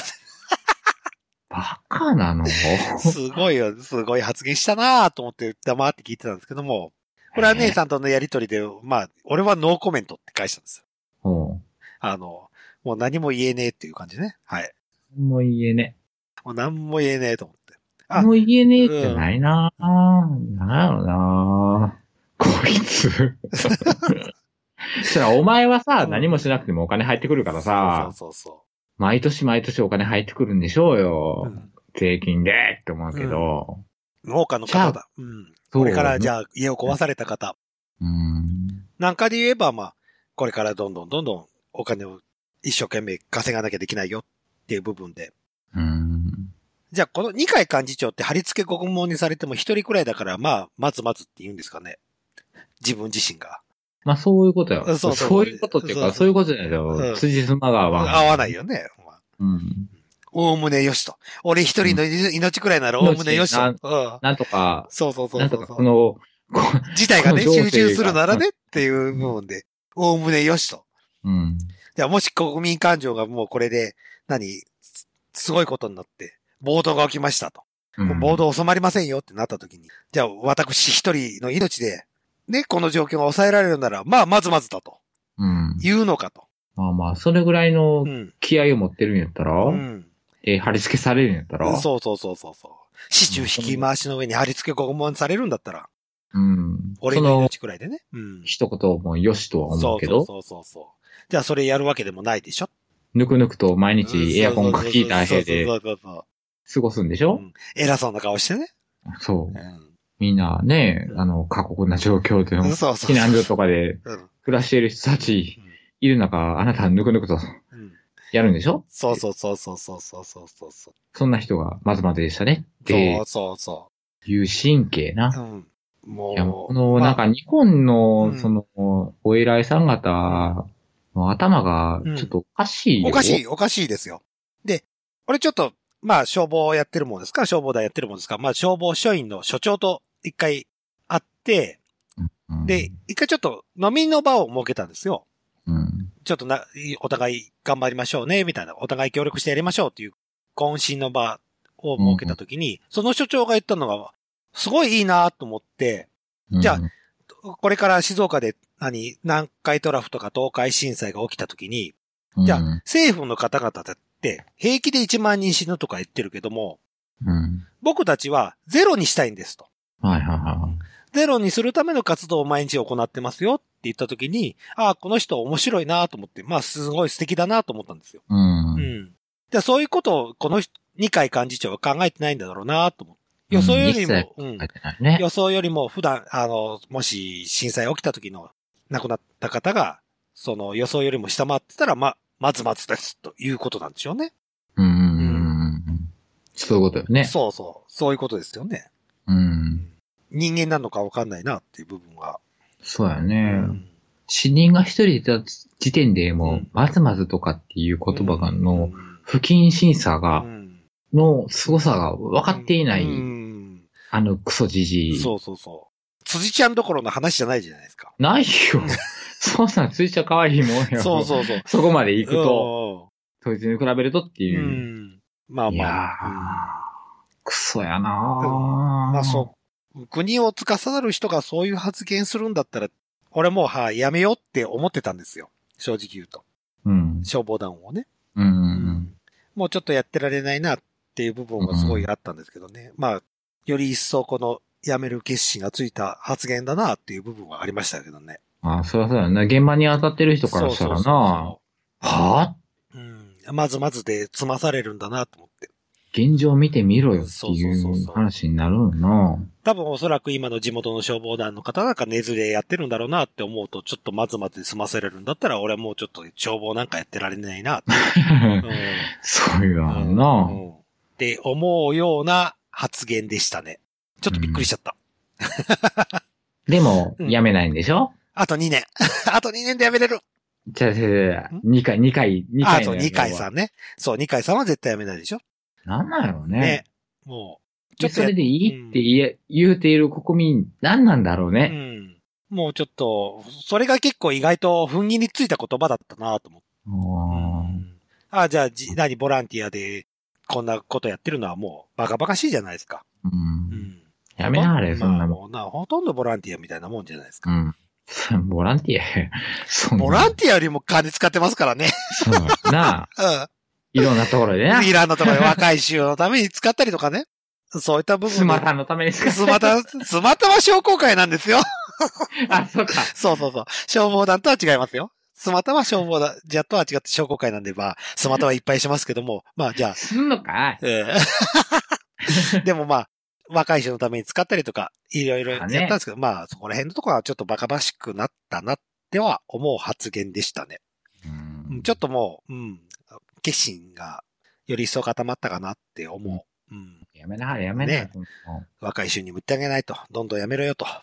バカなの で。すごいよ、すごい発言したなぁと思って黙って聞いてたんですけども、これは姉さんとのやりとりで、まあ、俺はノーコメントって返したんですよ。もあの、もう何も言えねえっていう感じね。はい。う、もう言えねもう何も言えねえと思って。え。あもう言えねえってないなぁ。なんやろなぁ。こい つ。そら、お前はさ、うん何もしなくてもお金入ってくるからさ、そうそう毎年毎年お金入ってくるんでしょそううそう。よう。ん税金でって思うけど。農家の方だ。うん。そうこれからじゃあ家を壊された方。うん。なんかで言えば、まあ、これからどんどんどんどんお金を一生懸命稼がなきゃできないよっていう部分で。うん。じゃあ、この二階幹事長って貼り付け国問にされても一人くらいだから、まあ、まずまずって言うんですかね。自分自身が。まあ、そういうことよ。そうそそうういうことっていうか、そういうことじゃないうんよ。辻褄が合合わん。わないよね。まあうん。おおむねよしと。俺一人の命くらいならうんおおむねよしと。う。なんそなんとか、うそうそなうんそとうかそこう。の、こ事態がね、この情勢集が中するならねっていう部分で、おおむねよしと。うん。じゃあ、もし国民感情がもうこれで、何、すすごいことになって、暴動が起きましたと。うん暴動収まりませんよってなった時に、じゃあ私一人の命で、ね、この状況が抑えられるなら、まあ、まずまずだと。うん。言うのかと。まあまあ、それぐらいのうん。気合を持ってるんやったら、うん。えー貼り付けされるんやったら、そうそうそうそうそう。市中引き回しの上に貼り付け拷問されるんだったら、うん。俺そのの、命くらいでね。うん。一言もよしとは思そううけそうど、そうそうそう。じゃあそれやるわけでもないでしょぬくぬくと毎日エアコンが効いた部屋そでうそうそうそう過ごすんでしそうょうん偉そうな顔してね。そうう。ん。みんなねう、んあの、過酷な状況での、そうそうそう避難所とかでうん。暮らしている人たちいる中、あなたはぬくぬくとうん。やるんでしょそうそうそうそうそうそうそうそうそう。そんな人がまずまずでしたねってそうそうそいう神経な。う。うん。も。いうや、この、まあなんか、日本うのん、その、お偉いさん方の頭がうん、ちょっとおかしいよ。おかしい、おかしいですよ。で、俺ちょっと、まあ、消防やってるもんですから、消防団やってるもんですから、まあ、消防署員の所長と一回会って、うん。で、一回ちょっと飲みの場を設けたんですよ。うん。ちょっとな、お互い頑張りましょうね、みたいな、お互い協力してやりましょうっていう、懇親の場を設けたときに、その所長が言ったのが、すごいいいなと思って、じゃあうんこれから静岡で、何、南海トラフとか東海震災が起きたときに、じゃあうん政府の方々だって、平気で1万人死ぬとか言ってるけども、うん。僕たちはゼロにしたいんですと。はいはいはゼロにするための活動を毎日行ってますよって言ったときに、ああ、この人面白いなと思って、まあ、すごい素敵だなと思ったんですよ。い。うん。ううんん。じゃあそういうことを、この人二階幹事長は考えてないんだろうなと思って。予想よりも、うん書いてないね。予想よりも普段、あの、もし震災起きた時の亡くなった方が、その予想よりも下回ってたら、ま、まずまずです、ということなんでしょうね。うんうんうんうん。そういうことよね。そうそう。そういうことですよね。うん。人間なのかわかんないなっていう部分は。そうやうね。死人が一人いた時点でう、もうんまずまずとかっていう言葉がの、うん不謹慎さうが、んの凄さが分かっていない、うんあのクソじじい。そうそうそう。辻ちゃんどころの話じゃないじゃないですか。 ないよ。そうなん、ついちゃ可愛いもんよ。そうそうそう。そこま で行くと、と。そいつに比べるとっていうう。ん。まあいまやあ。ー、クソやなうんーまあそう。国を司る人がそういう発言するんだったら、俺もう、はい、やめようって思ってたんですよ。正直言うと。う。うん。消防団をね。うんうんもうちょっとやってられないなっていう部分がすごいあったんですけどね。まあ、より一層このやめる決心がついた発言だなっていう部分はありましたけどね。あ、そりゃそうやな。現場に当たってる人からしたらな。そうそはぁうん。まずまずで済まされるんだなと思って。現状見てみろよってそうそうそういうそう話になるよな。多分おそらく今の地元の消防団の方なんか根ずれやってるんだろうなって思うと、ちょっとまずまずで済ませれるんだったら、俺はもうちょっと消防なんかやってられない なって。う そういうのあるんな。うんって思うような発言でしたね。ちょっとびっくりしちゃった。でも、うんやめないんでしょあと2年。あと2年でやめれる。じゃあ、じゃあじゃあん二回、二回、二あ回のとやつは。 2回さんね。そう、2回さんは絶対やめないでしょ。なんなんやろうね。ね。もう、でそやれでいいって言え、言うている国民、何なんだろううね。ん。もうちょっと、それが結構意外と踏ん切りついた言葉だったなと思って。もうあじゃあ、じ何、ボランティアで、こんなことやってるのはもう、バカバカしいじゃないですか。うんうん。やめなあれ、まそんなももうな、ほとんどボランティアみたいなもんじゃないですか。ん。うん。 ボランティアや。そんなボランティアよりも金使ってますからね。そうやなあ。ういろんなところでん。な。いらんのところで若い衆のために使ったりとかね。そういった部分。スマ。タのために使う スマタ、スマタは商工会なんですよ。 あ、そうか。 そうそうそう。消防団とは違いますよ。スマタは消防団、じゃとは違って商工会なんで、まあ、スマタはいっぱいしますけども、 まあ、じゃあ、すんのかい。え えでもまあ、若い人のために使ったりとか、いろいろやったんですけど、まあ、そこら辺のところはちょっとバカバしくなったなっては思う発言でしたね。うんちょっともう、うん、決心がより一層固まったかなって思う。うん。やめなはれ、やめなはれねそんなもん若い衆にも言ってあげないと、どんどんやめろよと。そ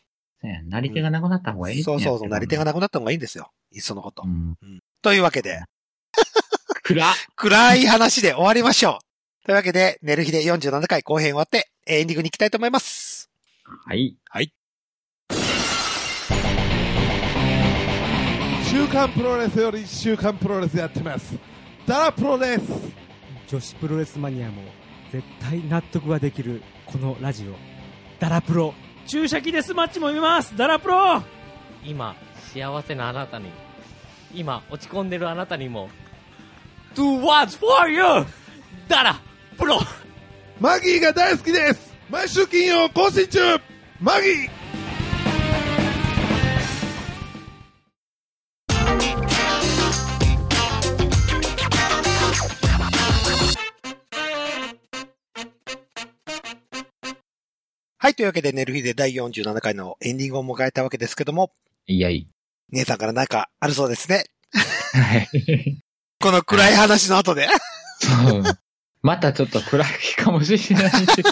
うや、なり手がなくなった方がいい。そうそうそう、なり手がななくなった方がいいんですよ。いっそのことう。ん。というわけで、暗っ暗い話で終わりましょう。というわけで、寝る日で47回後編終わって、エンディングに行きたいと思います。はい。週刊プロレスより週刊プロレスやってますダラプロです女子プロレスマニアも絶対納得ができるこのラジオダラプロ注射器デスマッチも見ますダラプロ今幸せなあなたに今落ち込んでるあなたにも Do what's for you! だらプロマギーが大好きです毎週金曜更新中マギーはい、というわけで、寝る日で第47回のエンディングを迎えたわけですけども、いやい。姉さんからなんかあるそうですね。はい。この暗い話の後で。そう。またちょっと暗いかも しれないんですけど。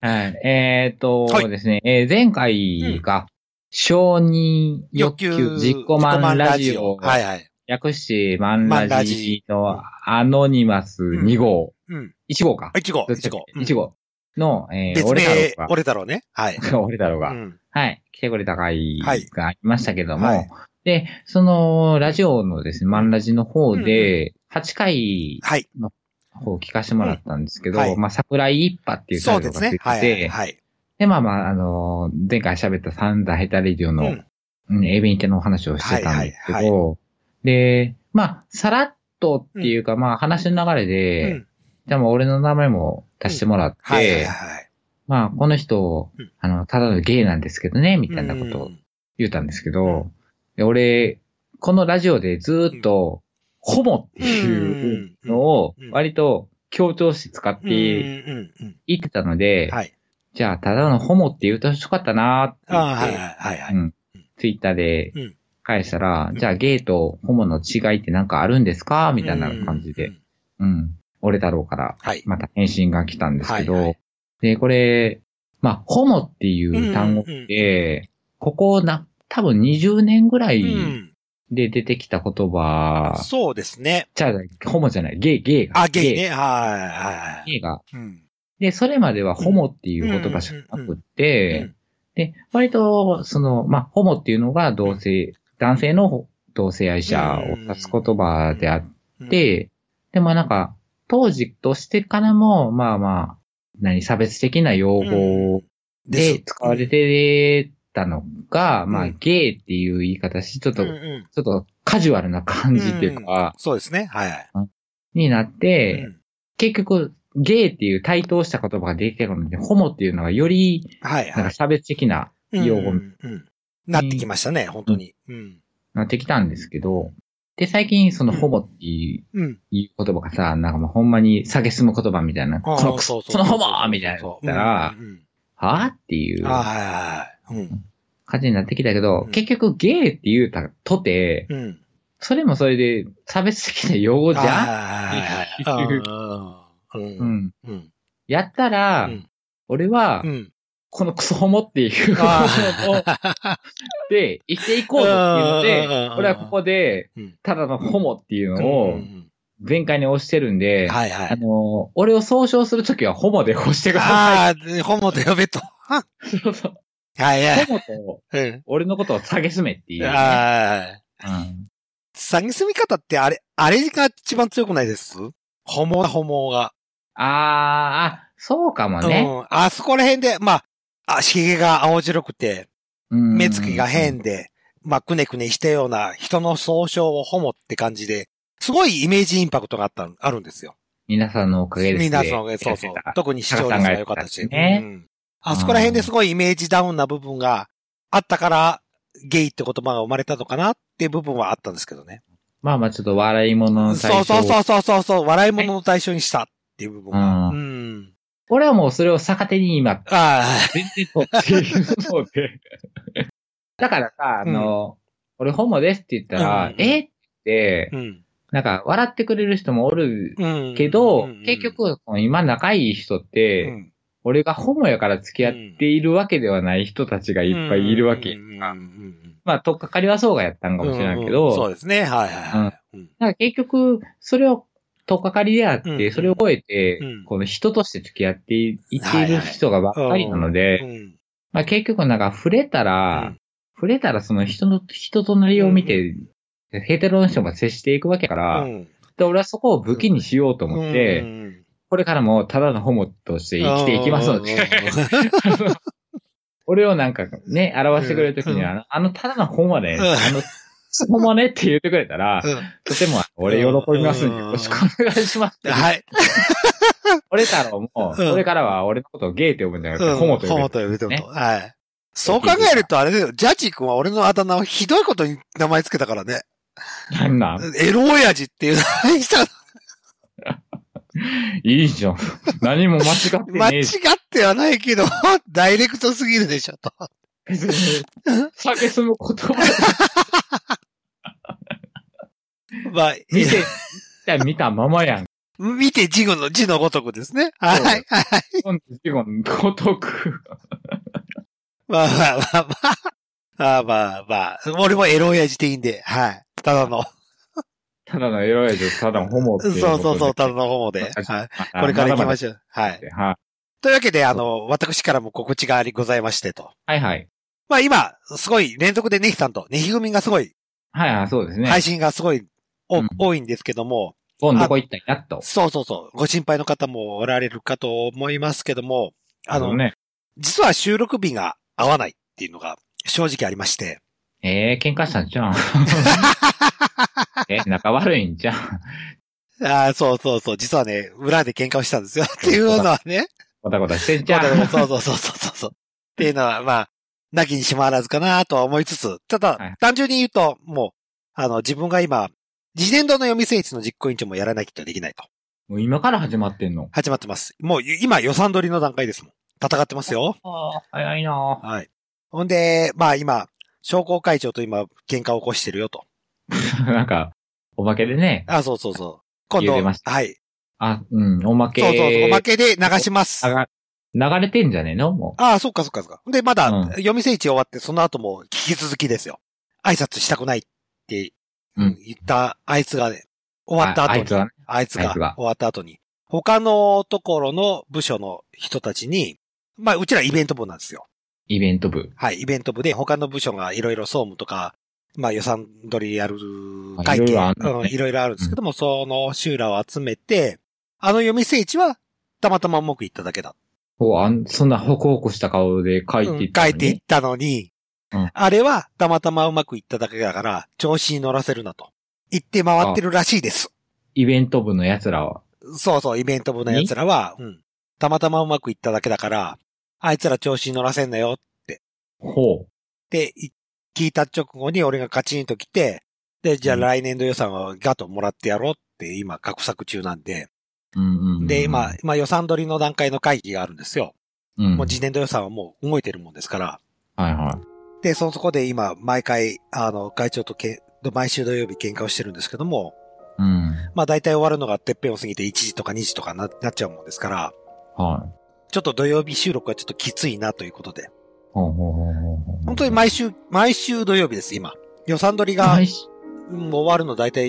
はい。えっとはいですね、えー前回が、承認 欲求実行マンラジオ、はいはい。略してマンマンララジジのアノニマス2号、うん。 1号か。 1号、1号。 1号の、えー別俺だろう名、が。俺だろうね。はい。 俺だろううが。ん。はい。来てくれた回はいがありましたけども、はいで、その、ラジオのですね、マンラジの方で、8回はい。の方を聞かせてもらったんですけど、うんはいまあ、桜井一派っていうタそうイトでルすがついねてて、。はい。はい。で、まあまあ、あのー前回喋ったサンダーヘタレディオうの、ん。うん、エベンテのお話をしてたんですけど、はいはいで、まあ、さらっとっていうか、まあ、話の流れで、うんじゃあもう俺の名前も足してもらって、はいはいはい。まあ、この人うん、あの、ただのゲイなんですけどね、みたいなことをうん言ったんですけうど、で俺、このラジオでずーっと、ホモっていうのをうんうん、割と強調して使っうんうんてうん言ってたのうん。で、はい。じゃあ、ただのホモって言うとよかったなああ、ーっはいてはいはいはうい。んツイッターでうん返したら、んじゃあゲイとホモの違いってなんかあるんですかみたいな感じうんでう、ん。うん。俺だろうから、はい。また返信が来たんですけど、はいはで、これ、まあ、ホモっていう単語っうんうんて、ここな、多分20年ぐらういん。で出てきた言葉、そうですね。じゃあ、ホモじゃない、ゲイ、ゲイが。あ、ゲイね。はいはいはゲイ。い。ゲイが。うん。で、それまではホモっていう言葉しかなくって、うんで、割と、その、まあ、ホモっていうのが同性、男性の同性愛者を指す言葉であっうん、て、で、まあなんか、当時としてからも、まあまあ、何、差別的な用語で使われてたのが、まあ、うんゲイっていう言い方し、ちょっと、うんちうんょっとカジュアルな感じっていうか、そうですね。はい。になって、うん結局、ゲイっていう対等した言葉が出てくるので、ホモっていうのがより、はいなんはかい。差別的な用語うんうんなってきましたね、本当に。うん。なってきたんですけど、で、最近そのホモっていううん。いう言葉がさ、なんかもうほんまに下げすむ言葉みたいな、このクソ、そのホモみたいなのそだうったら、うんうんはぁっていううんあはいはいはい。うん。感じになってきたけど、うん結局ゲイって言うたとて、うん。それもそれで差別的な用語じゃんはいはいはいはい。う。うんん。うん。やったら、うん俺は、うん。このクソホモっていうものをで生きていこうとっていうので、俺はここでうん、ただのホモっていううんのをうん全開に押してるんうで、んはいはあい。の、俺を総称するときはホモで押してください。ああ、でホモと呼べと。は そうそう。いはい。ホモと、うん。俺のことを下げすめっていう、ね。ああ。うん詐欺住み方ってあれ、あれが一番強くないですホモだ、ホモが。あーあ、そうかもね。うん。あそこら辺で、まあ、あ、髭が青白くて、うん目つきが変。で、まあ、くねくねしたような人の総称をホモって感じで、すごいイメージインパクトがあった、あるんですよ。皆さんのおかげですね。みんなその、そうそう。特に視聴率が良かったし。高さんが良かったしねうんあそこら辺ですごいイメージダウンな部分があったから、ゲイって言葉が生まれたのかなっていう部分はあったんですけどね。まあまあちょっと笑い物のそ対象うそうそうそうそうそう、笑い物の対象にしたっていう部分が。ううん。俺はもうそれを逆手に今、あ全然取っているので。 だからさ、あの、俺ホモですって言ったうらん、うんえってあ、う、ん。なんか笑ってくれる人もおるうん。けどうん、結、局、今仲いい人っうて、ん俺がホモやから付き合っているわけではない人たちがいっぱいいるわけう。んうんうんまあ、とっかかりはそうがやったんうかんもしれないけうんうんそうど、ですね。はいはいはい。うんなんか結局、それをとっかかりであっうんうんて、それを超えてうん、この人として付き合っていっている人がばっかりなのでう、んまあ結局なんか触れたうらん、触れたらその人の、人となりを見て、ヘテロの人も接していくわけやかうら、んで俺はそこを武器にしようと思っうんて、うんこれからもただのホモとして生きていきますうんのうんで、うん 俺をなんかね、表してくれるときには、あのあの、ただのホモね、うんあの、ホモねって言ってくれたら、うとても俺喜びますんで、うんよろしくお願いしますってん。はい。俺太郎も、こうんれからは俺のことをゲイって呼ぶんじゃなくて、うんホモと呼ぶ。と呼ぶってこと。ねはい。そう考えるとあれだよ、ジャッジ君は俺のあだ名をひどいことに名前つけたからね。なんなんエロ親父っていう名前にしたいいじゃん。何も間違って間ね違えっし。てはないけど、 ダイレクトすぎるでしょ、と。 別に酒すむ言葉まあ、い見いて、見たままやん。見て字の、字のごとくですね。はい。はい。 本日後のごとく。まあまあまあまあ。 まあまあまあ。俺もエロ親父でいいんで、はい。ただの。ただのエロやつ、ただのホモってそういうことで。そうそう、ただの方もで。はい。これから行きまししょう。はい。ょう。はというわけで、あの、私からも告知がありございましてと。いはい。まあ今、すごい連続でネヒさんと、ネヒ組がすごい、はいはい、そうですね。配信がすごい、おうん多いんですけども、今度どこ行ったんやっと。そうそうそう、ご心配の方もおられるかと思いますけども、あの、ね。実は収録日が合わないっていうのが正直ありまして、ええ喧嘩した んじゃん。え、仲悪いんじゃん。あーそうそうそう、実はね、裏で喧嘩をしたん ですよ。っていうのはね、ごたごたしてんじそゃん。う そうそうそうそうそう。っていうのは、まあ、なきにしもあらずかなとは思いつつ、ただ、はい単純に言うと、もう、あの、自分が今、次年度の読み選出の実行委員長もやらなきゃできないと。もう今から始まってんの。始まってます。もう、今予算取りの段階ですもん。戦ってますよ。ああ、早いなはい。ほんで、まあ今、商工会長と今、喧嘩を起こしてるよと。ぁ なんか、おまけでね。あ、そうそうそう。今言う度、てまはしたい。あ、うん、おまけ。そうそうそう。おまけで流します。ああが流れてんじゃねえのもあ、そっかそっかそっか。ほんで、まだ、うん読み聖地終わって、その後も引き続きですよ。挨拶したくないって、うん言ったあいつがね、う。終わった後ああに、いつはね。あいつがあいつが終わった後に、他のところの部署の人たちに、まあ、うちらイベント部なんですよ。イベント部。はい、イベント部で他の部署がいろいろ総務とか、まあ予算取りやる会いろいろあ計るんだねうんいろいろあるんですけども、その修羅を集めて、あの読み聖地はたまたまうまくいっただけだ。ほう、あん、そんなホクホクした顔で書いていった書のに。いていったのに、うんあれはたまたまうまくいっただけだから、調子に乗らせるなと。言って回ってるらしいです。イベント部の奴らは、そうそう、イベント部の奴らは、うん。たまたまうまくいっただけだから、あいつら調子に乗らせんなよほってい聞いた直後に俺がカチンと来て、で、じゃあ来年度予算はガトもらってやろうって今、画策中なんで。う。うんうんうん、で、今、今予算取りの段階の会議があるんですよ。うん、もう次年度予算はもう動いてるもんですから。はいはで、そのそこで今、毎回、あの、会長とけ、毎週土曜日喧嘩をしてるんですけども、い。うん。まあ大体終わるのがてっぺんを過ぎて1時とか2時とかななっちゃうもんですから、はい。ちょっと土曜日収録はちょっときついなということで。ほうほうほうほうほう。本当に毎週、毎週土曜日です、今。予算取りが毎週もう終わるの大体、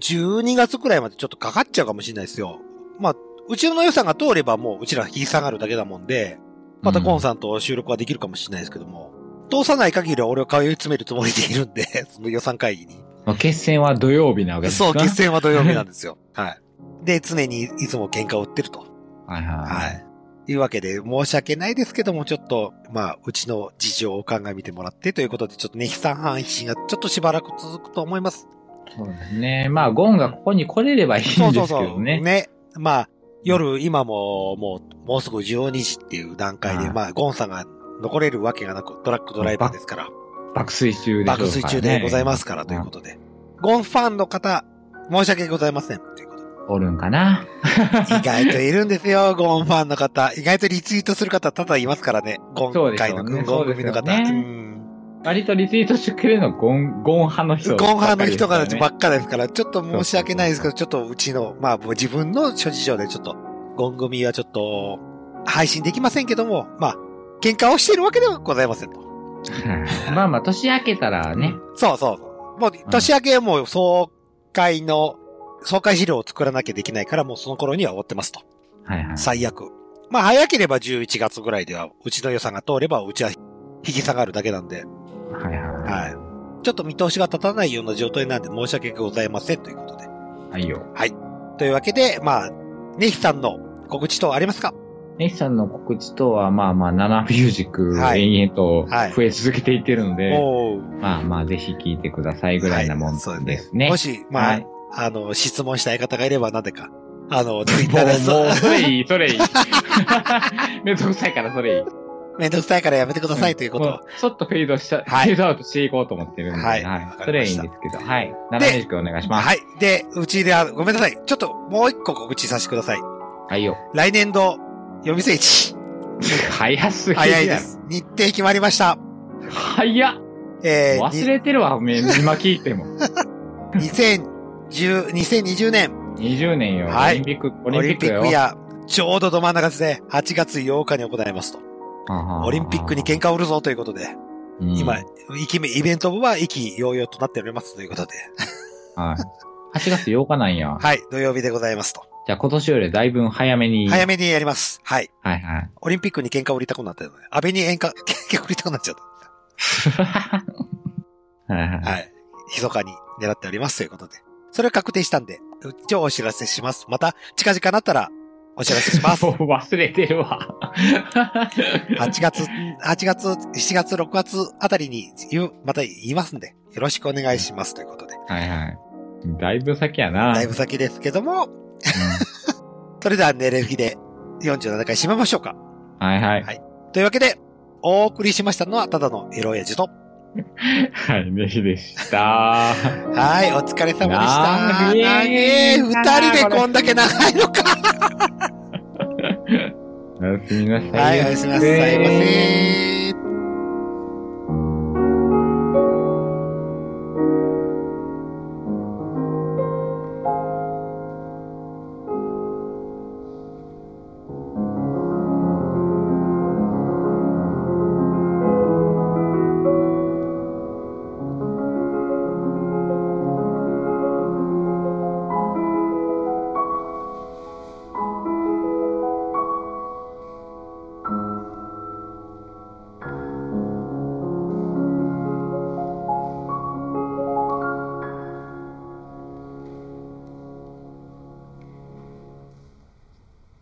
12月くらいまでちょっとかかっちゃうかもしれないですよ。まあ、うちの予算が通ればもううちら引き下がるだけだもんで、またコンさんと収録はできるかもしれないですけども、通さない限りは俺を通い詰めるつもりでい るんで、その予算会議に。まあ決戦は土曜日なわけですかそう、決。戦は土曜日なん ですよ。はい。で、常にいつも喧嘩を売ってると。はいはい。ははい、い。いうわけで、申し訳ないですけども、ちょっと、まあ、うちの事情を鑑みてもらってということで、ちょっとね、悲惨半死がちょっとしばらく続くと思います。そうですね。まあ、ゴンがここに来れればいいんですけそどうね。そうそう。ね。まあ、夜、今も、もう、もうすぐ12時っていう段階で、はいまあ、ゴンさんが残れるわけがなく、トラックドライバーですから、爆睡中でしょうからね、爆睡中でございますからということで。ゴンファンの方、申し訳ございません。ということでおるんかな。意外といるんです よ、ゴンファンの方。意外とリツイートする方、ただいますからね。ゴそうンです会よの、ゴねン組の方。そうですよねうん割とリツイートしてくれるのはゴン、ゴン派の人ばっかゴンりですフからァンのね、人がばっかですから、ちょっと申し訳ないですけど、ちょっとうちの、まあ自分の諸事情でちょっと、ゴン組はちょっと、配信できませんけども、まあ、喧嘩をしているわけではございませんと。まあまあ、年明けたらね。そうそうそう。もう年明けはもう総会の、総会資料を作らなきゃできないから、もうその頃には終わってますと。はいはい。最悪。まあ早ければ11月ぐらいでは、うちの予算が通れば、うちは引き下がるだけなんで、はいはい。はい。ちょっと見通しが立たないような状態なんで申し訳ございませんということで。はいよ。というわけで、まあ、ネヒさんの告知等ありますかネヒさんの告知とは、まあまあ、ナナミュージック、はい延々とはい増え続けていってるので、おまあまあ、ぜひ聞いてくださいぐらいなもんですね。もし、まあ、はいあの、質問したい方がいれば、なぜか、あの、ツイッもターでう、もう、そそれいい、それいい。めんどくさいから、それいい。う、めんどくさいからやめてくださいということもうちょっとフェードしはた、いフェードアウトしていこうと思ってるんで、ははいい。わかりそまれはいいしんたですけど、はい。ナナミュージックお願いします。はい。で、うちでは、ごめんなさい。ちょっと、もう一個告知させてください。はいよ。来年度、夜店市。早すぎるやろ早いで。 す。日程決まりました。早っ。えー、忘れてるわ、おめえ、今聞いても。に2010 2020年、 20年よ。はいオリンピック、オオリンピリッンクピッだよク。や、ちょうどど真ん中ですね。8月8日に行いますと。オオリンピックに喧嘩を売るぞということで。今、はい。イキメイベント部は意気揚々となっておりますということで。 8月8日なんや。はい、土曜日でございますと。じゃあ今年よりだいぶ早めに。早め。めにやります。はい。はいはい。オリンピックに喧嘩を売りたくなったので、安倍に喧嘩、 喧嘩を売りたくなっちゃっはいはいた。はい。密かに狙っておりますということで。それを確定したんで、一応お知らせします。また、近々なったら、お知らせします もう。忘れてるわ。 8月、8月、7月、6月あたりに言う、また言いますんで、よろしくお願いしますということで。はいはい。だいぶ先やな。だいぶ先ですけども、それでは寝る日で47回締めましょうか。うんはいはい。というわけで、お送りしましたのはただのエロエジと。はい、ねひでした。 はい、お疲れ様でした。ななーげげーえ、二人でこんだけ長いのか。おやすみなさい。はい、おやすみなさいませ